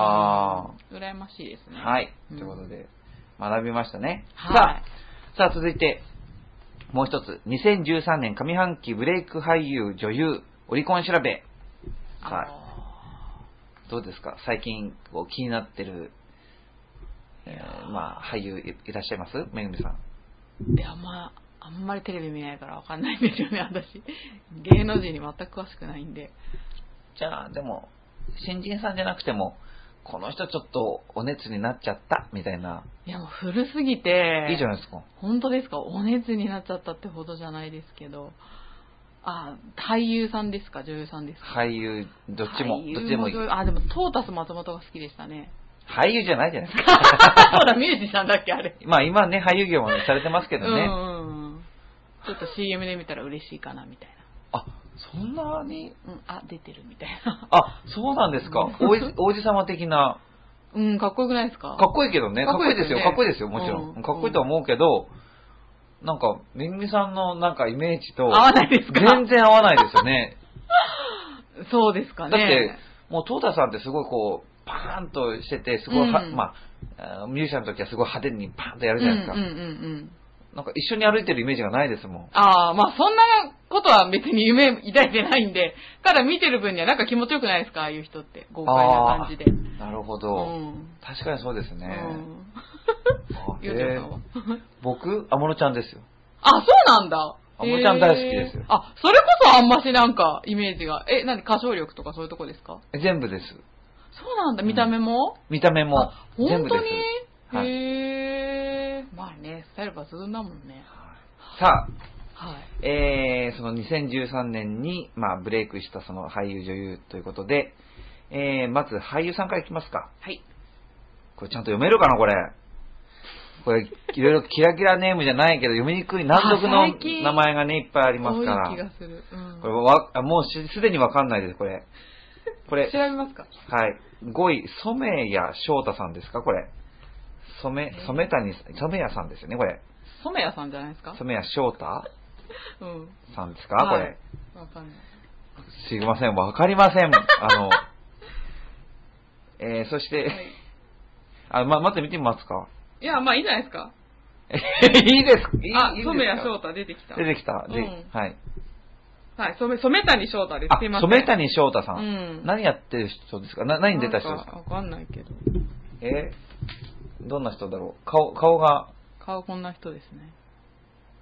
Speaker 1: ぁ。
Speaker 2: うん羨ましいですね。
Speaker 1: はい。と
Speaker 2: うん
Speaker 1: いうことで、学びましたね。
Speaker 2: はい
Speaker 1: さあ、さあ続いて、もう一つ。2013年上半期ブレイク俳優女優オリコン調べ。
Speaker 2: あ
Speaker 1: はい
Speaker 2: の
Speaker 1: どうですか最近こう気になってる、えーまあ、俳優いいらっしゃいますめぐみさん。
Speaker 2: ーで、あんま、あんまりテレビ見ないからわかんないんですよね、 [laughs] 私。芸能人に全く詳しくないんで。
Speaker 1: じゃあ、でも、新人さんじゃなくても、この人ちょっとお熱になっちゃったみたいな。
Speaker 2: いや、もう古すぎて。
Speaker 1: いいじゃないですか。
Speaker 2: 本当ですかお熱になっちゃったってほどじゃないですけど。あ、俳優さんですか女優さんですか
Speaker 1: 俳優、どっちも
Speaker 2: 俳、優
Speaker 1: どっちでもいい
Speaker 2: 女。優あ、でもトータス松本が好きでしたね。
Speaker 1: 俳優じゃないじゃないですか。
Speaker 2: あそうだ、ミュージシャンだっけあれ。
Speaker 1: まあ今ね、俳優業もされてますけ
Speaker 2: う
Speaker 1: ど
Speaker 2: ん
Speaker 1: ね。
Speaker 2: うんうん。ちょっと CM で見たら嬉しいかな、みたい
Speaker 1: あ、そんなに
Speaker 2: な。うん、あ、出てるみたいな。
Speaker 1: あ、そうなんですか。王子王子様的な。
Speaker 2: うん、かっこよくないですか
Speaker 1: かっこいいけどね。か
Speaker 2: か
Speaker 1: っ
Speaker 2: っ
Speaker 1: こ
Speaker 2: こ
Speaker 1: い
Speaker 2: い
Speaker 1: い
Speaker 2: い
Speaker 1: で
Speaker 2: ですす
Speaker 1: よ。
Speaker 2: よ
Speaker 1: かっこいいですよ。もちろ。
Speaker 2: うんん
Speaker 1: かっこいいとは思うけど、なんか、めぐみさんのなんかイメージと、
Speaker 2: 合わないですか
Speaker 1: 全然合わないですよ
Speaker 2: [laughs]
Speaker 1: ね。
Speaker 2: そうです
Speaker 1: だ
Speaker 2: か
Speaker 1: って
Speaker 2: ね。、
Speaker 1: もう、トータさんってすごいこう、パーンとしてて、すごいは、
Speaker 2: うん
Speaker 1: まあ、あーミュージシャンの時はすごい派手にパーンとや
Speaker 2: う
Speaker 1: る
Speaker 2: ん
Speaker 1: じ
Speaker 2: うん
Speaker 1: ゃ
Speaker 2: う
Speaker 1: ないですか。
Speaker 2: んうん。
Speaker 1: なんか一緒に歩いてるイメージがないですもん。
Speaker 2: ああ、まあそんなことは別に夢抱いてないんで、ただ見てる分にはなんか気持ちよくないですかああいう人って。豪快な感じで。
Speaker 1: なるほ
Speaker 2: う
Speaker 1: ど。
Speaker 2: ん。
Speaker 1: 確かにそうですね。あ
Speaker 2: うん。よちょさん
Speaker 1: へー
Speaker 2: は。 [laughs]
Speaker 1: 僕、安室ちゃんですよ。
Speaker 2: あ、そうなんだ。
Speaker 1: あもちゃん大好きですよ
Speaker 2: へーあ、それこそあんましなんか、イメージが。え、なに歌唱力とかそういうとこですか
Speaker 1: 全部です。
Speaker 2: そうなんだ、見た目も、
Speaker 1: 見た目も
Speaker 2: あ、
Speaker 1: 全
Speaker 2: 本
Speaker 1: 部
Speaker 2: 当
Speaker 1: で
Speaker 2: に
Speaker 1: す。はい
Speaker 2: へー。まあね、スタイル抜群だもんね。
Speaker 1: さあ、
Speaker 2: はい。
Speaker 1: えー、その2013年に、まあ、ブレイクしたその俳優女優ということで、えー、まず俳優さんからいきますか。
Speaker 2: はい。
Speaker 1: これちゃんと読めるかな、これ。これ、いろいろキラキラネームじゃないけど、読みにくい難読
Speaker 2: あ
Speaker 1: の
Speaker 2: 最近
Speaker 1: 名前がね、いっぱいあります
Speaker 2: 多い
Speaker 1: か
Speaker 2: 気
Speaker 1: ら。
Speaker 2: がする。うん。
Speaker 1: これわ、あもうしすでにわかんないです、これ。これ
Speaker 2: 調、べますか
Speaker 1: はい。5位、染谷翔太さんですか、これ。染
Speaker 2: え
Speaker 1: め、
Speaker 2: ー
Speaker 1: 染谷さん、染谷さんですよね、これ。
Speaker 2: 染谷さんじゃないですか
Speaker 1: 染谷翔太
Speaker 2: うん。
Speaker 1: さんですか、
Speaker 2: はい
Speaker 1: これ。
Speaker 2: わかんない。
Speaker 1: すいません、わかりません。あの、えー、そし
Speaker 2: は
Speaker 1: て、
Speaker 2: い、
Speaker 1: あ、ま、待って見てみますか。 [laughs]
Speaker 2: いや、まあいいじゃないですか。
Speaker 1: えいいです。いい
Speaker 2: あ、
Speaker 1: いいですか
Speaker 2: 染谷翔太出てきた。
Speaker 1: 出てきた。で、
Speaker 2: うん
Speaker 1: はい。
Speaker 2: はい、染染谷翔太です。
Speaker 1: あ、
Speaker 2: すいません。
Speaker 1: 染谷翔太さん,、
Speaker 2: うん
Speaker 1: 何やってる人ですかな何に出た人
Speaker 2: な
Speaker 1: です
Speaker 2: んか
Speaker 1: か
Speaker 2: わかんないけど。
Speaker 1: えーどんな人だろう顔、顔が、
Speaker 2: 顔こんな人ですね。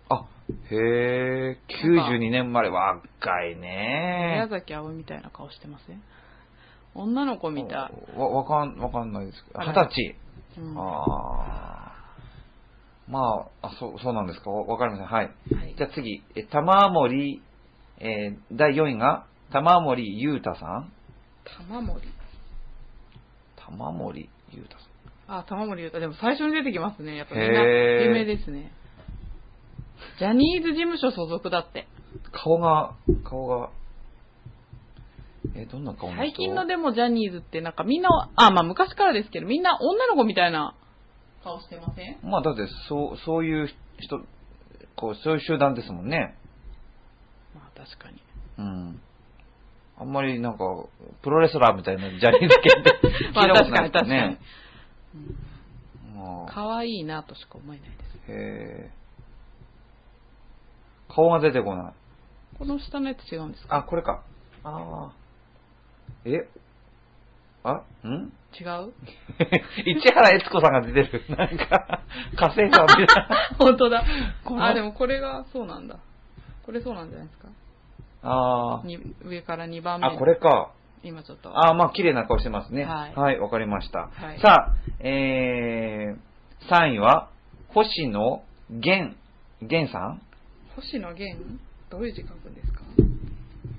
Speaker 1: あ、へえ、92年生まれ、若いね
Speaker 2: 宮。崎あおみたいな顔してません女の子みたい。
Speaker 1: わ、わかん、わかんないですけど。
Speaker 2: あ
Speaker 1: 二
Speaker 2: ら
Speaker 1: 十歳。
Speaker 2: うんは
Speaker 1: ああ。まあ、あ、そう、そうなんですか。わわかりません。はい。
Speaker 2: い
Speaker 1: じゃあ次、え玉森、えー第4位が、玉森裕太さん。
Speaker 2: 玉森。
Speaker 1: 玉森裕太さん。
Speaker 2: あ、玉森優太。でも最初に出てきますね。やっぱみん
Speaker 1: へ
Speaker 2: な
Speaker 1: ー
Speaker 2: 有名ですね。ジャニーズ事務所所属だって。
Speaker 1: 顔が、顔が、えーどんな顔の人
Speaker 2: 最近のでもジャニーズってなんかみんな、あ、まあ昔からですけど、みんな女の子みたいな顔してません
Speaker 1: まあ、だって、そう、そういう人、こう、そういう集団ですもんね。
Speaker 2: まあ確かに。
Speaker 1: うん。あんまりなんか、プロレスラーみたいなジャニーズ系って聞い
Speaker 2: [laughs] まあ
Speaker 1: たこと
Speaker 2: 確
Speaker 1: ないで
Speaker 2: かに
Speaker 1: す
Speaker 2: 確かに
Speaker 1: ね。。まあ
Speaker 2: 可愛いなとしか思えないです。
Speaker 1: へー顔が出てこない。
Speaker 2: この下のやつ違うんですか
Speaker 1: あ、これか。ああ。えあん
Speaker 2: 違う
Speaker 1: [laughs] 市原悦子さんが出て [laughs] る。なんか、家政婦さんみたいな。
Speaker 2: [laughs] 本当だ
Speaker 1: こ。の
Speaker 2: あ、でもこれがそうなんだ。これそうなんじゃないですか
Speaker 1: [laughs] あ
Speaker 2: に上から2番
Speaker 1: あ。
Speaker 2: 目。
Speaker 1: あ、これか。
Speaker 2: 今ちょっと。
Speaker 1: ああ、まあ、綺麗な顔してますね。
Speaker 2: はい
Speaker 1: はい、わ、かりました。
Speaker 2: はい
Speaker 1: さあ、えー、3位は、星野源、源さん
Speaker 2: 星野源どういう字書くんですか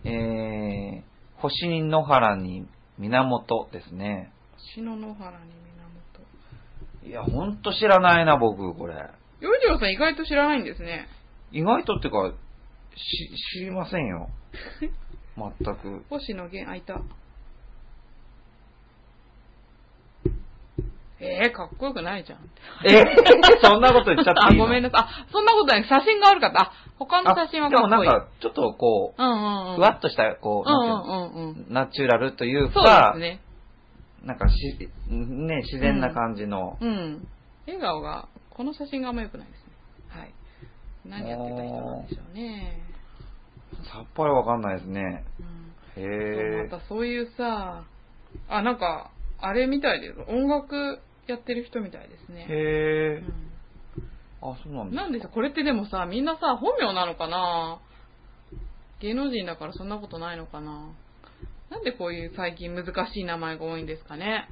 Speaker 1: えー、星野原に源ですね。
Speaker 2: 星野野原に
Speaker 1: いや、ほんと知らないな、僕、これ。
Speaker 2: 源。洋次郎さん意外と知らないんですね。
Speaker 1: 意外とってか、し、知りません
Speaker 2: [laughs]
Speaker 1: よ。全く。
Speaker 2: 星野源、あいた。えー、かっこよくないじゃん。
Speaker 1: えそんなこと言っちゃっていいの
Speaker 2: あ、ごめんなさい。あ、そんなことない。写真があるから。あ、他の写真は
Speaker 1: あで
Speaker 2: か
Speaker 1: も
Speaker 2: っ
Speaker 1: な
Speaker 2: こ
Speaker 1: ん
Speaker 2: いい。
Speaker 1: か、ちょっとこ
Speaker 2: うんうん
Speaker 1: う、
Speaker 2: うん。
Speaker 1: ふわっとした、こう、
Speaker 2: うん
Speaker 1: なんていう
Speaker 2: うんうんうん。
Speaker 1: の、ナチュラルという
Speaker 2: そう
Speaker 1: か、
Speaker 2: ですね。
Speaker 1: なんかし、ね、自然な感じの。
Speaker 2: うん。笑顔が、この写真があんま良くないですね。はい。何やってた人なんでしょうね。
Speaker 1: さっぱりわかんないですね。へ
Speaker 2: うん。そう
Speaker 1: え。
Speaker 2: またそういうさ、あ、なんか、あれみたいです。音楽やってる人みたいですね。
Speaker 1: へえ。
Speaker 2: う
Speaker 1: あ、そうなん
Speaker 2: ん、
Speaker 1: だ。
Speaker 2: なんでさ、これってでもさ、みんなさ、本名なのかな芸能人だからそんなことないのかななんでこういう最近難しい名前が多いんですかね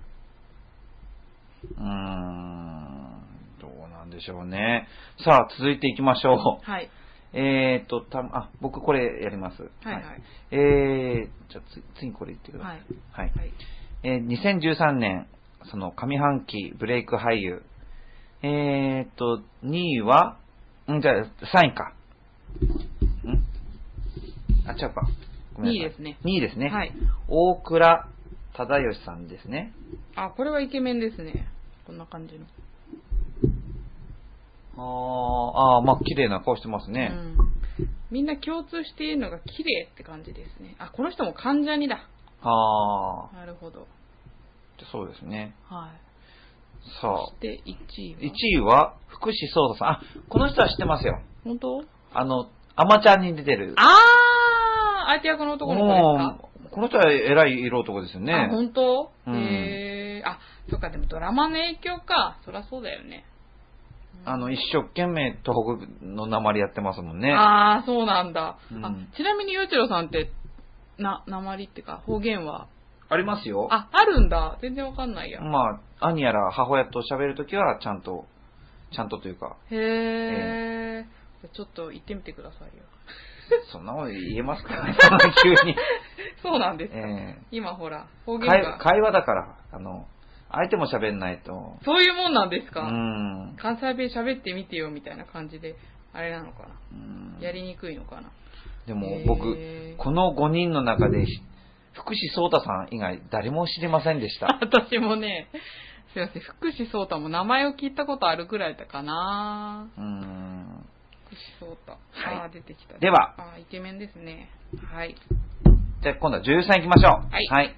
Speaker 1: うーん。どうなんでしょうね。さあ、続いていきましょ
Speaker 2: はい。
Speaker 1: う。えーっと、た、あ、僕これやります。
Speaker 2: はいはい。
Speaker 1: えー、じゃあつ次これ言ってくださ。
Speaker 2: はいい。
Speaker 1: はい。
Speaker 2: はい。
Speaker 1: えー2013年、その上半期ブレイク俳優。えーっと、2位は、んじゃあ3位か。んあ、違うか。ごめんなさい
Speaker 2: 2位ですね。
Speaker 1: 2位ですね。
Speaker 2: はい。
Speaker 1: 大倉忠義さんですね。
Speaker 2: あ、これはイケメンですね。こんな感じの。
Speaker 1: あーあー、まあ綺麗な顔してますね。
Speaker 2: うん、みんな共通しているのが綺麗って感じですね。あ、この人も関ジャニだ。
Speaker 1: ああ、
Speaker 2: なるほど。
Speaker 1: そうですね。
Speaker 2: はい。
Speaker 1: さあ
Speaker 2: そ、して1位は。
Speaker 1: 1位は福士蒼汰さん。あ、この人は知ってますよ。
Speaker 2: 本当
Speaker 1: あの、アマちゃんに出てる。
Speaker 2: あー相手役の男の子です
Speaker 1: もう、この人は偉い色男ですよ
Speaker 2: か
Speaker 1: ね。
Speaker 2: あ、本当
Speaker 1: うん
Speaker 2: へー。あ、そっか、でもドラマの影響か。そりゃそうだよね。うん
Speaker 1: あの、一生懸命東北の鉛やってますもんね。
Speaker 2: あー、そうなんだ。
Speaker 1: うん
Speaker 2: あちなみに、ゆうちろさんって、な、鉛ってか、方言は。
Speaker 1: ありますよ。
Speaker 2: あ、あるんだ。全然わかんないや。
Speaker 1: まあ、兄やら母親と喋るときは、ちゃんと、ちゃんとというか、
Speaker 2: へえ。ちょっと行ってみてくださいよ。 [laughs]
Speaker 1: そんなこと言えますかね、そんな急に。
Speaker 2: そうなんですか。
Speaker 1: え
Speaker 2: 今ほら、方
Speaker 1: え
Speaker 2: 言
Speaker 1: 会
Speaker 2: が。
Speaker 1: 会話だから、あの、相手も喋んないと。
Speaker 2: そういうもんなんです
Speaker 1: う
Speaker 2: か、
Speaker 1: ん。
Speaker 2: 関西弁喋ってみてよみたいな感じで、あれなのかな、
Speaker 1: うん
Speaker 2: やりにくいのかな
Speaker 1: でも
Speaker 2: へ
Speaker 1: 僕
Speaker 2: え、
Speaker 1: この5人の
Speaker 2: [laughs]
Speaker 1: 中で、福士蒼汰さん以外誰も知りませんでした。
Speaker 2: 私もね、すいません、福士蒼太も名前を聞いたことあるぐらいだかな
Speaker 1: うーん。
Speaker 2: 福士蒼太。
Speaker 1: はい
Speaker 2: ああ、出てきた。
Speaker 1: では
Speaker 2: ああ、イケメンですね。はい。
Speaker 1: じゃあ今度は13行きましょう。
Speaker 2: はい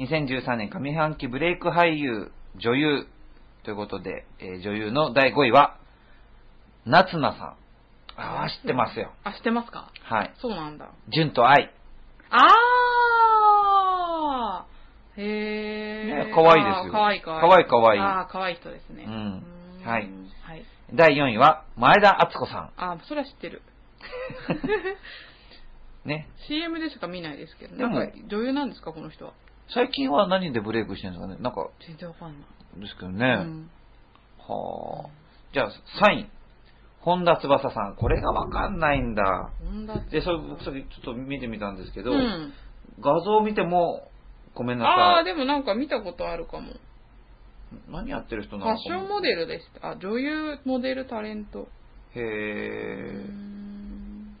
Speaker 1: 2013年上半期ブレイク俳優、女優ということで、えー女優の第5位は、夏菜さん。ああ、知ってますよ。
Speaker 2: あ、知ってますか
Speaker 1: はい。
Speaker 2: そうなんだ。
Speaker 1: 純と愛。
Speaker 2: あーへ
Speaker 1: ね
Speaker 2: え。
Speaker 1: 可愛いですよ
Speaker 2: かわいいかわい
Speaker 1: 可愛い可愛い
Speaker 2: ああ、かわいい人ですね。
Speaker 1: うん
Speaker 2: ーん
Speaker 1: はい
Speaker 2: はい。
Speaker 1: 第4位は、前田敦子さ
Speaker 2: ああ、それは知っ
Speaker 1: [laughs]
Speaker 2: てる。
Speaker 1: ん。ね。
Speaker 2: CM でしか見ないですけど、
Speaker 1: で
Speaker 2: な
Speaker 1: も
Speaker 2: んか女優なんですか、この人は。
Speaker 1: 最近は何でブレイクしてるんですかねなんか、
Speaker 2: 全然わかんない。
Speaker 1: ですけど
Speaker 2: う
Speaker 1: ね。
Speaker 2: ん
Speaker 1: はあ。じゃあ、3位。本田翼さん。これがわかんないんだ。
Speaker 2: 本田
Speaker 1: で、それ僕さっきちょっと見てみたんですけど、
Speaker 2: うん。
Speaker 1: 画像を見ても、ごめんな
Speaker 2: あ
Speaker 1: さ
Speaker 2: あ、でもなんか見たことあるかも。
Speaker 1: い。何やってる人
Speaker 2: フ
Speaker 1: なの
Speaker 2: ァッションモデルでした。あ、女優、モデル、タレント。
Speaker 1: ル。
Speaker 2: うー
Speaker 1: へえ、
Speaker 2: ん。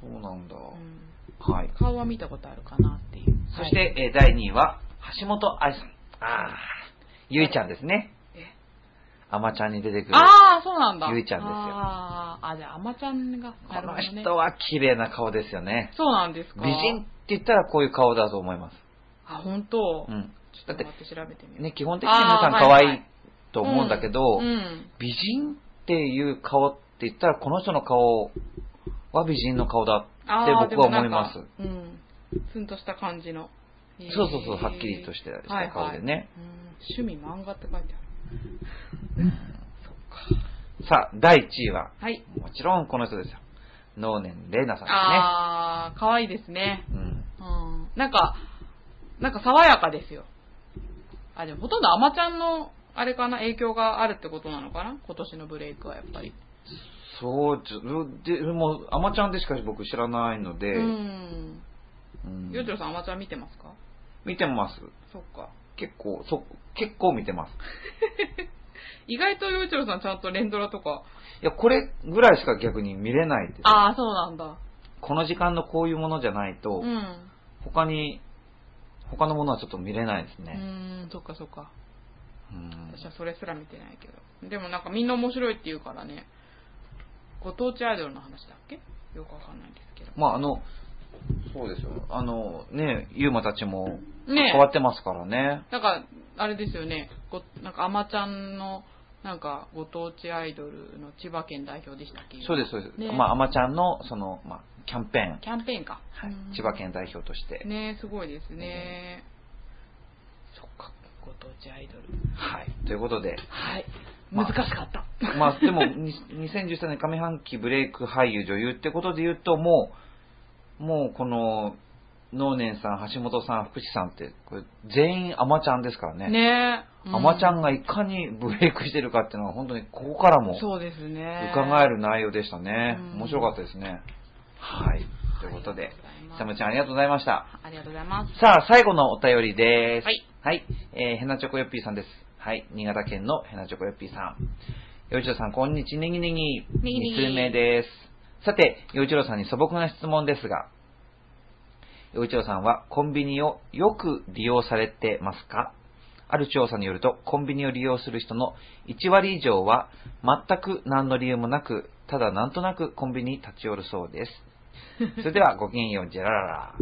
Speaker 1: そうなんだ。
Speaker 2: うん
Speaker 1: はい。
Speaker 2: 顔は見たことあるかなっていう。
Speaker 1: そして、
Speaker 2: はい、
Speaker 1: えー第2位は、橋本愛さん。ああ、ゆいちゃんですね。
Speaker 2: え
Speaker 1: あまちゃんに出てくる。
Speaker 2: ああ、そうなんだ。
Speaker 1: ゆいちゃんですよ
Speaker 2: ああ、あ、じゃあ、あまちゃんが、
Speaker 1: こ
Speaker 2: なるほ
Speaker 1: の
Speaker 2: どね。
Speaker 1: 人は綺麗な顔ですよね。
Speaker 2: そうなんですか。
Speaker 1: 美人って。言ったらこういう顔だと思います。
Speaker 2: あ、本当。
Speaker 1: うん。
Speaker 2: ちょっと待って調べてみよう。
Speaker 1: ね、基本的に皆さん可愛いと思うんだけど、
Speaker 2: うん。
Speaker 1: 美人っていう顔って言ったら、この人の顔は美人の顔だって
Speaker 2: あー
Speaker 1: 僕は思いま。す
Speaker 2: でも。なんかうん。ツンとした感じの。へー
Speaker 1: そうそうそう、はっきりとしてした顔で。
Speaker 2: はいはい
Speaker 1: ね。
Speaker 2: うん趣味漫画って書いてある。
Speaker 1: さあ、第1位は、
Speaker 2: はい。
Speaker 1: もちろんこの人ですよ。能年玲奈さ
Speaker 2: ああ、可愛いですね。
Speaker 1: んですね。うん。
Speaker 2: うん。なんか、なんか爽やかですよ。あ、でもほとんどアマちゃんの、あれかな、影響があるってことなのかな今年のブレイクはやっぱり。
Speaker 1: そう、ちょで、もう、アマちゃんでしか僕知らないので、
Speaker 2: うん。
Speaker 1: うん
Speaker 2: よちろさんアマちゃん見てますか
Speaker 1: 見てます。
Speaker 2: そっか。
Speaker 1: 結構、そ、結構見てます。
Speaker 2: 意外とよちろさんちゃんと連ドラとか。
Speaker 1: いや、これぐらいしか逆に見れないです。
Speaker 2: ああ、そうなんだ。
Speaker 1: この時間のこういうものじゃないと、
Speaker 2: うん。
Speaker 1: 他に、他のものはちょっと見れないです
Speaker 2: う
Speaker 1: ね。
Speaker 2: ん、そっかそっか。
Speaker 1: うん
Speaker 2: 私はそれすら見てないけど。でもなんかみんな面白いって言うからね。ご当地アイドルの話だっけよくわかんないんですけど。
Speaker 1: まあ、あの、そうですよ。あの、ね、ゆうまたちも
Speaker 2: ねえ
Speaker 1: 変わってますからね。
Speaker 2: なんか、あれですよね、ごなんか、あまちゃんの、なんか、ご当地アイドルの千葉県代表でしたっけ
Speaker 1: そうです、そうです。
Speaker 2: ね
Speaker 1: まあ、あまちゃんの、その、まあ、キャンペーン、
Speaker 2: キャンペーンか。うん
Speaker 1: はい、千葉。県代表として、
Speaker 2: ねすごいですね。そっか、ご当地アイドル。
Speaker 1: はい、ということで、
Speaker 2: はい。
Speaker 1: ま
Speaker 2: 難
Speaker 1: あ
Speaker 2: しかった。
Speaker 1: まあ、でも、に2013年上半期ブレイク俳優女優ってことで言うと、もう、もうこの、能年さん、橋本さん、福士さんって、これ全員あまちゃんですからね。
Speaker 2: ねえ。
Speaker 1: アマちゃ
Speaker 2: うん
Speaker 1: がいかにブレイクしてるかっていうのは本当にここからも
Speaker 2: そうですね。
Speaker 1: 伺え
Speaker 2: る。
Speaker 1: る内容でしたね。
Speaker 2: うん
Speaker 1: 面白かったですね。はい。ということで、ひさむちゃんありがとうございました。
Speaker 2: ありがとうございます。
Speaker 1: さあ、最後のお便りです。
Speaker 2: はい。
Speaker 1: えー、ヘナチョコヨッピーさんです。はい。新潟県のヘナチョコヨッピーさん。よいちろさん、こんにちは。ネギネギ。
Speaker 2: ネギネギ
Speaker 1: 二通目です。さて、よいちろさんに素朴な質問ですが、よいちろさんはコンビニをよく利用されてますかある調査によると、コンビニを利用する人の1割以上は、全く何の理由もなく、ただなんとなくコンビニに立ち寄るそうです。それでは、ごきげんよう、ジェラララ。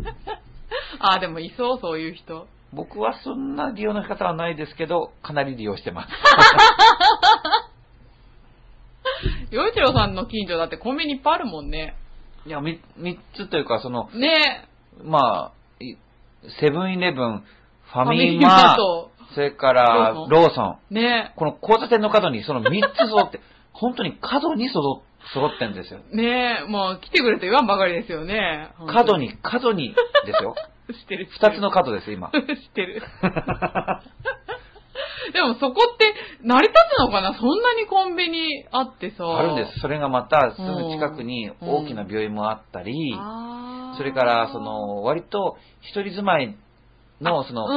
Speaker 2: あ、でもいそう、そういう人。
Speaker 1: 僕はそんな利用の仕方はないですけど、かなり利用してます。
Speaker 2: よいちろさんの近所だってコンビニいっぱいあるもんね。
Speaker 1: いや、み三つというか、その、
Speaker 2: ね
Speaker 1: まあ、いセブンイレブン、ファミ
Speaker 2: ファミ
Speaker 1: マ
Speaker 2: マと、
Speaker 1: それから
Speaker 2: ローソン
Speaker 1: ローソン、
Speaker 2: え。ね
Speaker 1: この交差点の角にその三つ揃って、 [laughs] 本当に角に揃揃ってんですよ。
Speaker 2: え。ねえ。もう来てくれと言わんばかりですよね。
Speaker 1: 角。に、角にですよ。
Speaker 2: 知ってる。知って
Speaker 1: 二
Speaker 2: る。
Speaker 1: つの。角です、今
Speaker 2: [laughs] 知ってる。 [laughs] でもそこって成り立つのかなそんなにコンビニあってさ。
Speaker 1: あるんです。それがまた、すぐ近くに大きな病院もあったり、
Speaker 2: あー。
Speaker 1: それから、その、割と一人住まいの、その、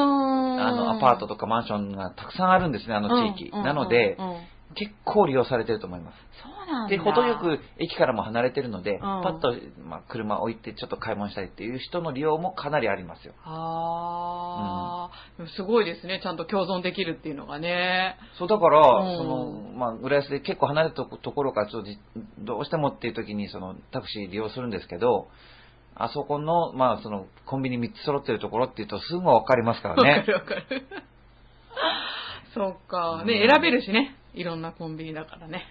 Speaker 2: の
Speaker 1: あの、アパートとかマンションがたくさんあるんですね、あの地域。なので
Speaker 2: う、ん
Speaker 1: 結構利用されてると思います。
Speaker 2: そうなん
Speaker 1: で、
Speaker 2: だ。
Speaker 1: 程よく駅からも離れてるので、
Speaker 2: ん
Speaker 1: パッと、まあ、車置いてちょっと買い物したりっていう人の利用もかなりありますよ。
Speaker 2: あー、でもすごいですね。ちゃんと共存できるっていうのがね。
Speaker 1: そう、だから、
Speaker 2: うん
Speaker 1: その、まあ、浦安で結構離れたとこところからちょっとじ、どうしてもっていう時に、その、タクシー利用するんですけど、あそこの、まあ、その、コンビニ3つ揃ってるところっていうと、すぐわかりますか [laughs]
Speaker 2: わ
Speaker 1: ら
Speaker 2: か
Speaker 1: ね。
Speaker 2: るわかる。そっか。
Speaker 1: う
Speaker 2: ね、
Speaker 1: ん
Speaker 2: 選べるしね。いろんなコンビニだからね。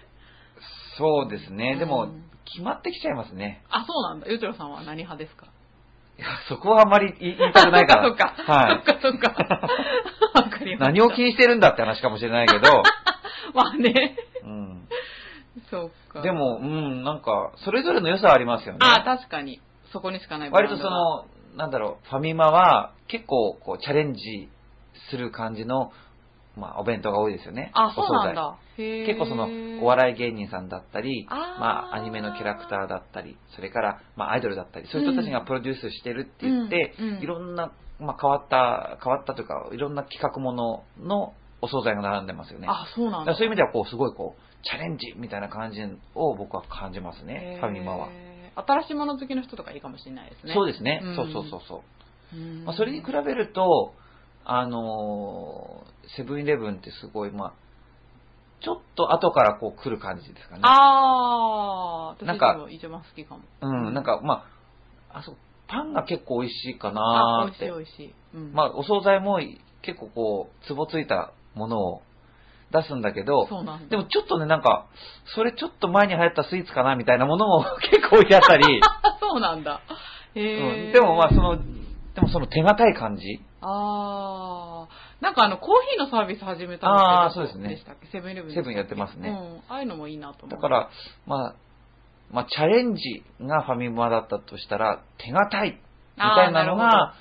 Speaker 1: そうですね。で
Speaker 2: う
Speaker 1: も
Speaker 2: ん、
Speaker 1: 決まってきちゃいますね。
Speaker 2: あ、そうなんだ。ゆうちろさんは何派ですか
Speaker 1: いや、そこはあんまり言い言いたくないから。
Speaker 2: [laughs] そっか。
Speaker 1: はい。
Speaker 2: そっか、そっ
Speaker 1: [laughs]
Speaker 2: か。わかりました。
Speaker 1: 何を気にしてるんだって話かもしれないけ
Speaker 2: [laughs]
Speaker 1: ど、
Speaker 2: まあね。
Speaker 1: うん、
Speaker 2: そっか。
Speaker 1: で、も、うん、なんか、それぞれの良さはありますよね。
Speaker 2: あ、確かに。そこにしかないブラ
Speaker 1: 割
Speaker 2: ンド
Speaker 1: と
Speaker 2: が
Speaker 1: そ、の、なんだろう、ファミマは結構こうチャレンジする感じの、まあ、お弁当が多いですよね。
Speaker 2: あ、そう
Speaker 1: お
Speaker 2: なん
Speaker 1: 惣
Speaker 2: だ。へ
Speaker 1: 菜
Speaker 2: ー
Speaker 1: 結構その、お笑い芸人さんだったり、
Speaker 2: あー
Speaker 1: まあ、アニメのキャラクターだったり、それから、まあ、アイドルだったり、そういう人たちがプロデュースしてるって言って、
Speaker 2: うんうん
Speaker 1: いろんな、まあ、変わった、変わったというか、いろんな企画もののお惣菜が並んでますよね。
Speaker 2: あ、そうな
Speaker 1: だか
Speaker 2: んだ。
Speaker 1: らそういう意味では、こう、すごいこう、チャレンジみたいな感じを僕は感じますね、ファミマは。
Speaker 2: へー。新しいもの好きの人とかいいかもしれないですね。
Speaker 1: そうですね、
Speaker 2: うん
Speaker 1: そうそうそうそう。
Speaker 2: うん
Speaker 1: まあ、それに比べると、あのーセブンイレブンってすごい、まあ、ちょっと後からこう来る感じですかね。
Speaker 2: あー、私
Speaker 1: なんか
Speaker 2: でも一番好きかも。
Speaker 1: うん、なんか、まあ、あそこ、パンが結構美味しいか
Speaker 2: あ
Speaker 1: なーっ
Speaker 2: 美
Speaker 1: て。
Speaker 2: 味しい美味しい。うん
Speaker 1: まあ、お惣菜も結構こう、つぼついたものを出すんだけど、
Speaker 2: そうなんだ。
Speaker 1: でもちょっとね、なんか、それちょっと前に流行ったスイーツかなみたいなものも [laughs] 結構置いてあったり、
Speaker 2: あ、 [laughs] そうなんだ。
Speaker 1: う
Speaker 2: へー
Speaker 1: ん、でもまあ、その、でもその手堅い感じ。
Speaker 2: あー、なんかあの、コーヒーのサービス始めたの
Speaker 1: あー
Speaker 2: セブン
Speaker 1: そうですね
Speaker 2: したっけセブンイレブンでした
Speaker 1: セ
Speaker 2: っ
Speaker 1: ブ
Speaker 2: け
Speaker 1: ンやってますね
Speaker 2: うん。ああいうのもいいなと思う。
Speaker 1: だか、ら、まあ、まあ、チャレンジがファミマだったとしたら、手堅いみたいなの
Speaker 2: あーなる
Speaker 1: が、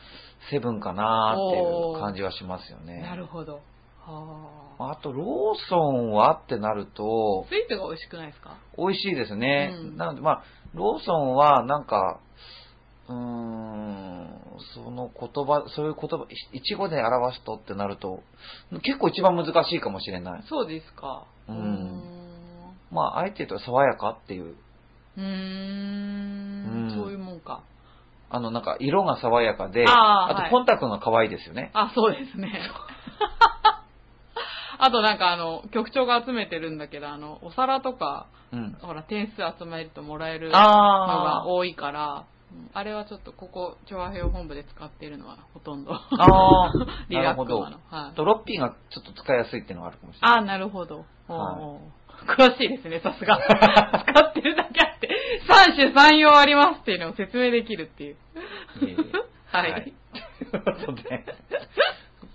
Speaker 1: セブンかなーっていう感じはしますよね。
Speaker 2: なるほど。はー。
Speaker 1: あと、ローソンはってなると、
Speaker 2: スイーツが美味しくないですか
Speaker 1: 美味しいですね。
Speaker 2: うん
Speaker 1: なので、まあ、ローソンは、なんか、うーん、その言葉、そういう言葉、いちごで表すとってなると、結構一番難しいかもしれない。
Speaker 2: そうですか。
Speaker 1: うん
Speaker 2: うーん
Speaker 1: まあ、あえて言うと爽やかっていう、
Speaker 2: うーん
Speaker 1: うん
Speaker 2: そういうもんか。
Speaker 1: あの、なんか、色が爽やかで、
Speaker 2: あー
Speaker 1: あ
Speaker 2: は
Speaker 1: と、
Speaker 2: い
Speaker 1: コンタクトが可愛いですよね。
Speaker 2: あ、そうですね。 [laughs] あとなんかあの、局長が集めてるんだけど、あの、お皿とか、
Speaker 1: うん。
Speaker 2: ほら、点数集めるともらえるのが
Speaker 1: あ
Speaker 2: 多いから、うんあれはちょっとここ、調和平本部で使ってるのはほとんど。
Speaker 1: あ。ああ。
Speaker 2: [laughs] リラッ
Speaker 1: なる
Speaker 2: ク
Speaker 1: ほ
Speaker 2: マの
Speaker 1: ど。。
Speaker 2: はい。
Speaker 1: ドロッピーがちょっと使いやすいっていうのがあるかもしれない。
Speaker 2: あなるほど。おー
Speaker 1: はい
Speaker 2: おー詳しいですね、さすが。 [laughs] 使ってるだけあって、三種三様ありますっていうのを説明できるっていう。
Speaker 1: いえいえ
Speaker 2: はい。
Speaker 1: はいということで [laughs]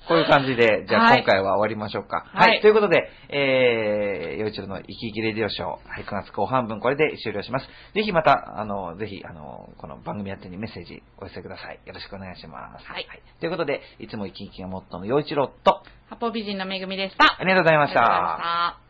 Speaker 1: こういう感じで、じゃあ
Speaker 2: はい
Speaker 1: 今回は終わりましょうか。
Speaker 2: は
Speaker 1: はいい。ということで、えー、よいちろの生き生きレディオショー、はい、9月後半分これで終了します。ぜひまた、あの、ぜひ、あの、この番組宛てにメッセージお寄せください。よろしくお願いします。
Speaker 2: はい
Speaker 1: ということで、いつも生き生きがモットーのよいちろと、
Speaker 2: ハポ美人のめぐみでした。
Speaker 1: ありがとうございました。
Speaker 2: ありがとうございました。